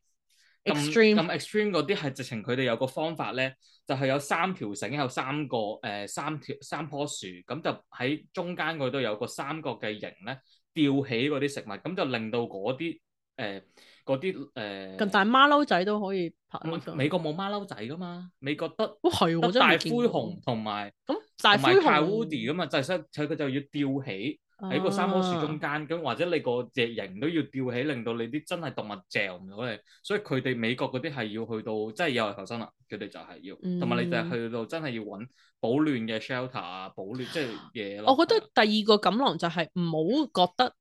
Speaker 3: 咁
Speaker 1: Extreme
Speaker 3: 咁 extreme 嗰啲係直情佢哋有個方法咧，就係、有三條繩，有三個誒、呃三條三棵樹，咁就喺中間嗰度有個三角嘅形咧，吊起嗰啲食物，咁就令到嗰啲誒嗰啲
Speaker 1: 咁
Speaker 3: 誒。
Speaker 1: 但係馬騮仔都可以拍
Speaker 3: 唔
Speaker 1: 得
Speaker 3: 係
Speaker 1: 上。
Speaker 3: 美國冇馬騮仔噶嘛，美國得
Speaker 1: 哦係喎
Speaker 3: 得
Speaker 1: 我真係
Speaker 3: 大
Speaker 1: 未
Speaker 3: 灰
Speaker 1: 見過
Speaker 3: 熊同埋
Speaker 1: 咁大
Speaker 3: 同埋
Speaker 1: 灰
Speaker 3: k
Speaker 1: 熊啊
Speaker 3: a w o o d y 噶嘛，就係想佢佢就要吊起
Speaker 2: 啊
Speaker 3: 喺個三棵樹中
Speaker 1: 間。
Speaker 3: 間，咁、或者你個隻形都要吊起，令到你啲真係動物嚼唔到你。所以佢哋美國嗰啲係要去到真係有害求生啦，佢哋就係要，同埋、你就係
Speaker 1: 嗯
Speaker 3: 去到真係要揾保暖嘅 shelter 啊，保暖即係嘢咯。
Speaker 1: 我覺
Speaker 3: 係
Speaker 1: 得第二個錦囊就係唔好覺得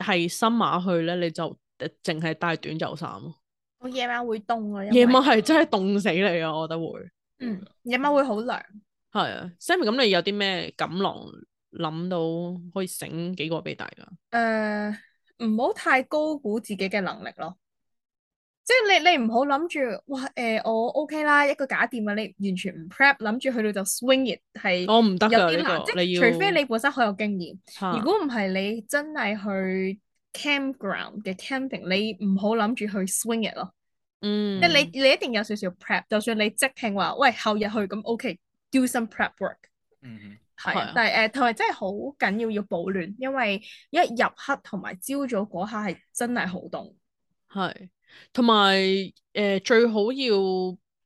Speaker 1: 誒係新馬去咧，你就誒淨係帶短袖衫咯。
Speaker 2: 我夜晚會凍啊，因
Speaker 1: 夜
Speaker 2: 為
Speaker 1: 晚係真係凍死你啊！我覺得會
Speaker 2: 嗯夜晚會好涼。
Speaker 1: 係啊。Sammy，咁你有啲咩錦囊諗到可以醒幾個俾大家？
Speaker 2: 誒，唔好太高估自己嘅能力咯。即係你你唔好諗住，哇誒、我 OK 啦，一個假店啊，你完全唔 prep，諗住去到就 swing it 係
Speaker 1: 我哦唔得
Speaker 2: 有
Speaker 1: 㗎
Speaker 2: 啲難。
Speaker 1: 呢
Speaker 2: 即
Speaker 1: 個，你要啊
Speaker 2: 係除非你本身好有經驗，
Speaker 1: 嚇
Speaker 2: 如果唔係你真係去 campground 嘅 camping，你唔好諗住去 swing it 咯。
Speaker 1: 嗯，
Speaker 2: 即係你你一定有少少 prep，就算你即興話，喂後日去咁 OK，do some prep work。
Speaker 3: 嗯哼
Speaker 2: 係
Speaker 1: 係
Speaker 2: 啊
Speaker 1: 啊，
Speaker 2: 但係誒，同埋真係好緊要要保暖，因為一入黑同埋朝早嗰下係真係好凍。
Speaker 1: 係，同埋誒最好要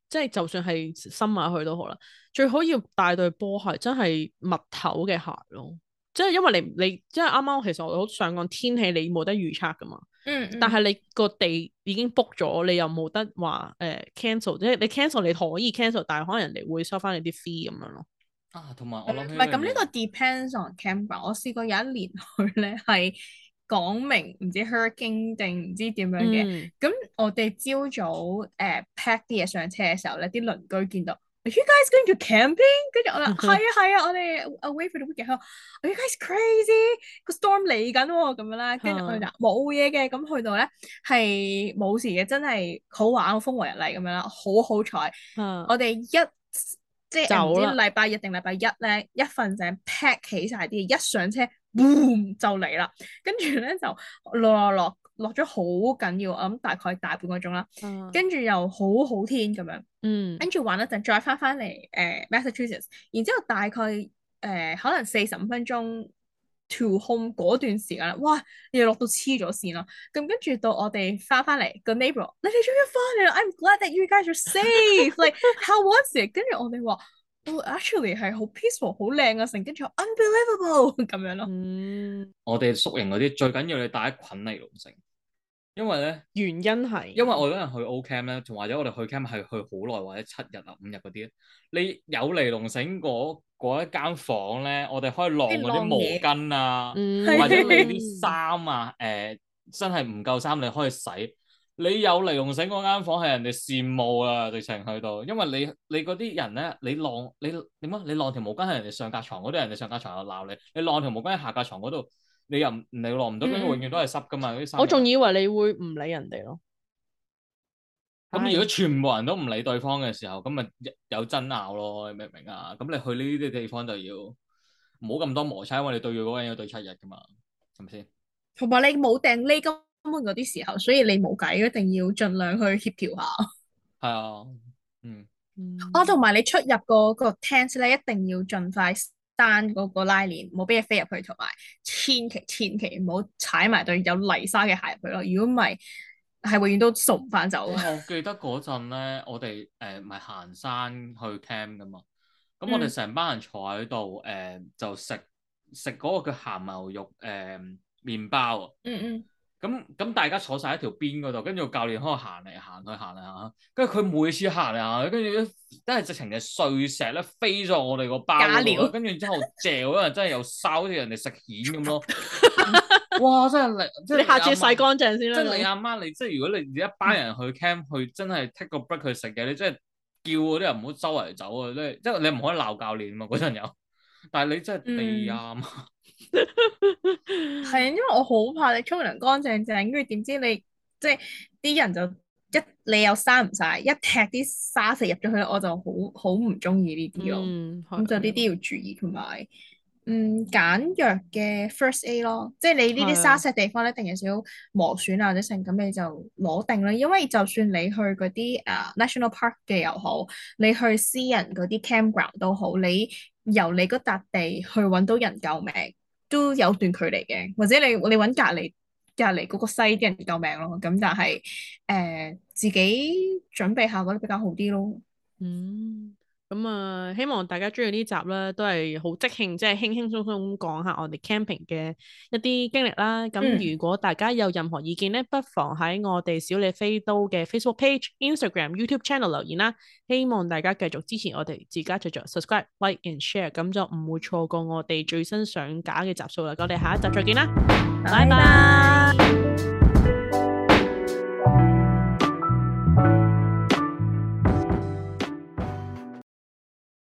Speaker 1: 即係就算係新買去都好啦，最好要帶對波鞋，真係密頭嘅鞋咯。即係因為你你即係啱啱，其實我好想講天氣你冇得預測噶嘛，
Speaker 2: 嗯
Speaker 1: 但係你個地已經 book 咗，你又冇得話誒、cancel，即係呃你 cancel 你可以 cancel，但係可能人哋會收翻你啲 fee 咁樣咯。
Speaker 3: 啊，同埋我諗起
Speaker 2: 唔係咁
Speaker 3: 一樣
Speaker 2: 呢個
Speaker 3: 嘢
Speaker 2: depends on camper。我試過有一年去咧係講明唔知 hurricane 定唔知點樣嘅，
Speaker 1: 嗯，
Speaker 2: 咁、我哋朝早誒 pack 啲嘢上車嘅時候咧，啲鄰居見到。Are you guys going to camping？跟住我話係啊係啊，我哋 away for the weekend。佢話 Are you guys crazy？個 storm 嚟緊喎咁樣啦，跟住我哋就冇嘢嘅，咁去到咧係冇事嘅，真係好玩，好風和日麗咁樣啦，好好彩。
Speaker 3: 嗯
Speaker 1: 啊
Speaker 2: 我哋一即係唔
Speaker 1: 走
Speaker 2: 知
Speaker 1: 啦
Speaker 2: 禮拜日定禮拜一咧，一瞓醒 pack 起晒啲嘢，一上車 boom 就嚟啦，跟住咧就落落落落咗好緊要，我諗大概大半個鐘啦，
Speaker 1: 啊
Speaker 2: 跟住又好好天咁樣。
Speaker 1: 嗯
Speaker 2: 跟住玩一陣，再翻翻嚟誒 Massachusetts，然之後大概誒、呃可能四十五分鐘 to home 嗰段時間啦，哇！你落到黐咗線啦，咁跟住到我哋翻翻嚟個 neighbor，你哋終於翻嚟啦，I'm glad that you guys are safe，like how was it？跟住我哋話。Oh, actually 係好 peaceful，好靚啊！成跟住我 unbelievable 咁樣咯，
Speaker 1: 嗯，
Speaker 3: 我哋宿營嗰啲最緊要你帶一捆尼龍繩，因為咧。
Speaker 1: 原因係
Speaker 3: 因為我嗰陣去 O camp 咧，同或者我哋去 camp 係去好耐或者七日啊五日嗰啲，你有尼龍繩嗰嗰一間房咧，我哋可以晾嗰啲毛巾啊，
Speaker 1: 嗯
Speaker 2: 係
Speaker 3: 或者 你 啲衫啊，誒、真係唔夠衫你可以洗。你有尼龍繩嗰間房係人哋羨慕啊，直情去到，因為你你嗰啲人咧，你晾你點啊？你晾條毛巾喺人哋上格床嗰度，人哋上格床又鬧你；你晾條毛巾喺下格床嗰度，你又唔你晾唔到，跟住
Speaker 2: 嗯
Speaker 3: 永遠都係濕噶嘛嗰啲衫又
Speaker 1: 我仲以為你會唔理人哋咯。
Speaker 3: 咁
Speaker 1: 唉
Speaker 3: 如果全部人都唔理對方嘅時候，咁咪有有爭拗咯，你明唔明啊？咁你去呢啲地方就要唔好咁多摩擦，因為你對住嗰個人要對七日噶嘛，係咪先？
Speaker 2: 同埋你冇訂呢根本嗰啲時候，所以你冇計，一定要盡量去協調下。
Speaker 3: 係啊，嗯，
Speaker 2: 哦，同埋你出入個個 tent 咧，一定要盡快閂嗰個拉鏈，唔好俾嘢飛入去，同埋千祈千祈唔好踩埋對有泥沙嘅鞋入去咯。如果唔係，係永遠都掃唔翻走。啊
Speaker 3: 我記得嗰陣咧，我哋誒咪行山去 camp 噶嘛，咁我哋
Speaker 2: 嗯
Speaker 3: 成班人坐喺度誒，就食食嗰個叫鹹牛肉誒、麵包啊。
Speaker 2: 嗯嗯，
Speaker 3: 咁咁大家坐晒喺條邊嗰度，跟住個教練喺度行嚟行去行嚟行去，跟住佢每次行嚟行去，跟住都真係直情嘅碎石咧飛咗我哋個包
Speaker 2: 假
Speaker 3: 嗰度
Speaker 2: 料
Speaker 3: 啦，跟住之後嚼嗰陣真係有沙，好似人哋食蜆 咁咯。哇！真係你即係
Speaker 1: 你下次
Speaker 3: 阿
Speaker 1: 洗
Speaker 3: 媽
Speaker 1: 乾淨先啦
Speaker 3: 即係你
Speaker 1: 你。嗯
Speaker 3: 阿媽，你即係如果你一班人去 camp 去，真係 take 個 break 去食嘢，你真係叫嗰啲人唔好周圍走啊！即係即係你唔可以鬧教練啊嘛，嗰陣有，但係你真係
Speaker 1: 嗯
Speaker 3: 地啱，
Speaker 2: 係啊，因為我好怕你沖涼乾淨淨，跟住點知你即係啲人就一你又閂唔晒，一踢啲沙石入咗去，我就好好唔中意呢啲咯。
Speaker 1: 嗯，係
Speaker 2: 咁就呢啲要注意，同埋嗯簡約嘅 first aid 咯，即係你呢
Speaker 1: 係
Speaker 2: 啲
Speaker 1: 啊
Speaker 2: 沙石地方咧，一定有少少磨損啊或者成，咁你就攞定啦。因為就算你去嗰啲誒啊 national park 嘅又好，你去私人嗰啲 campground 都好，你由你嗰笪地去揾到人救命，都有段距離嘅，或者你你揾隔離。隔離嗰個西啲人救命咯，咁但係誒、自己準備下覺得比較好啲咯。
Speaker 1: 嗯，咁啊，希望大家中意呢集啦，都係好即興，即係輕輕鬆鬆咁講下我哋 camping 嘅一啲經歷啦。咁
Speaker 2: 嗯
Speaker 1: 如果大家有任何意見咧，不妨喺我哋小李飛刀嘅 Facebook page、Instagram、YouTube channel 留言啦。希望大家繼續支持我哋自家製作，subscribe、like and share，咁就唔會錯過我哋最新上架嘅集數啦。咁我哋下一集再見啦，拜拜。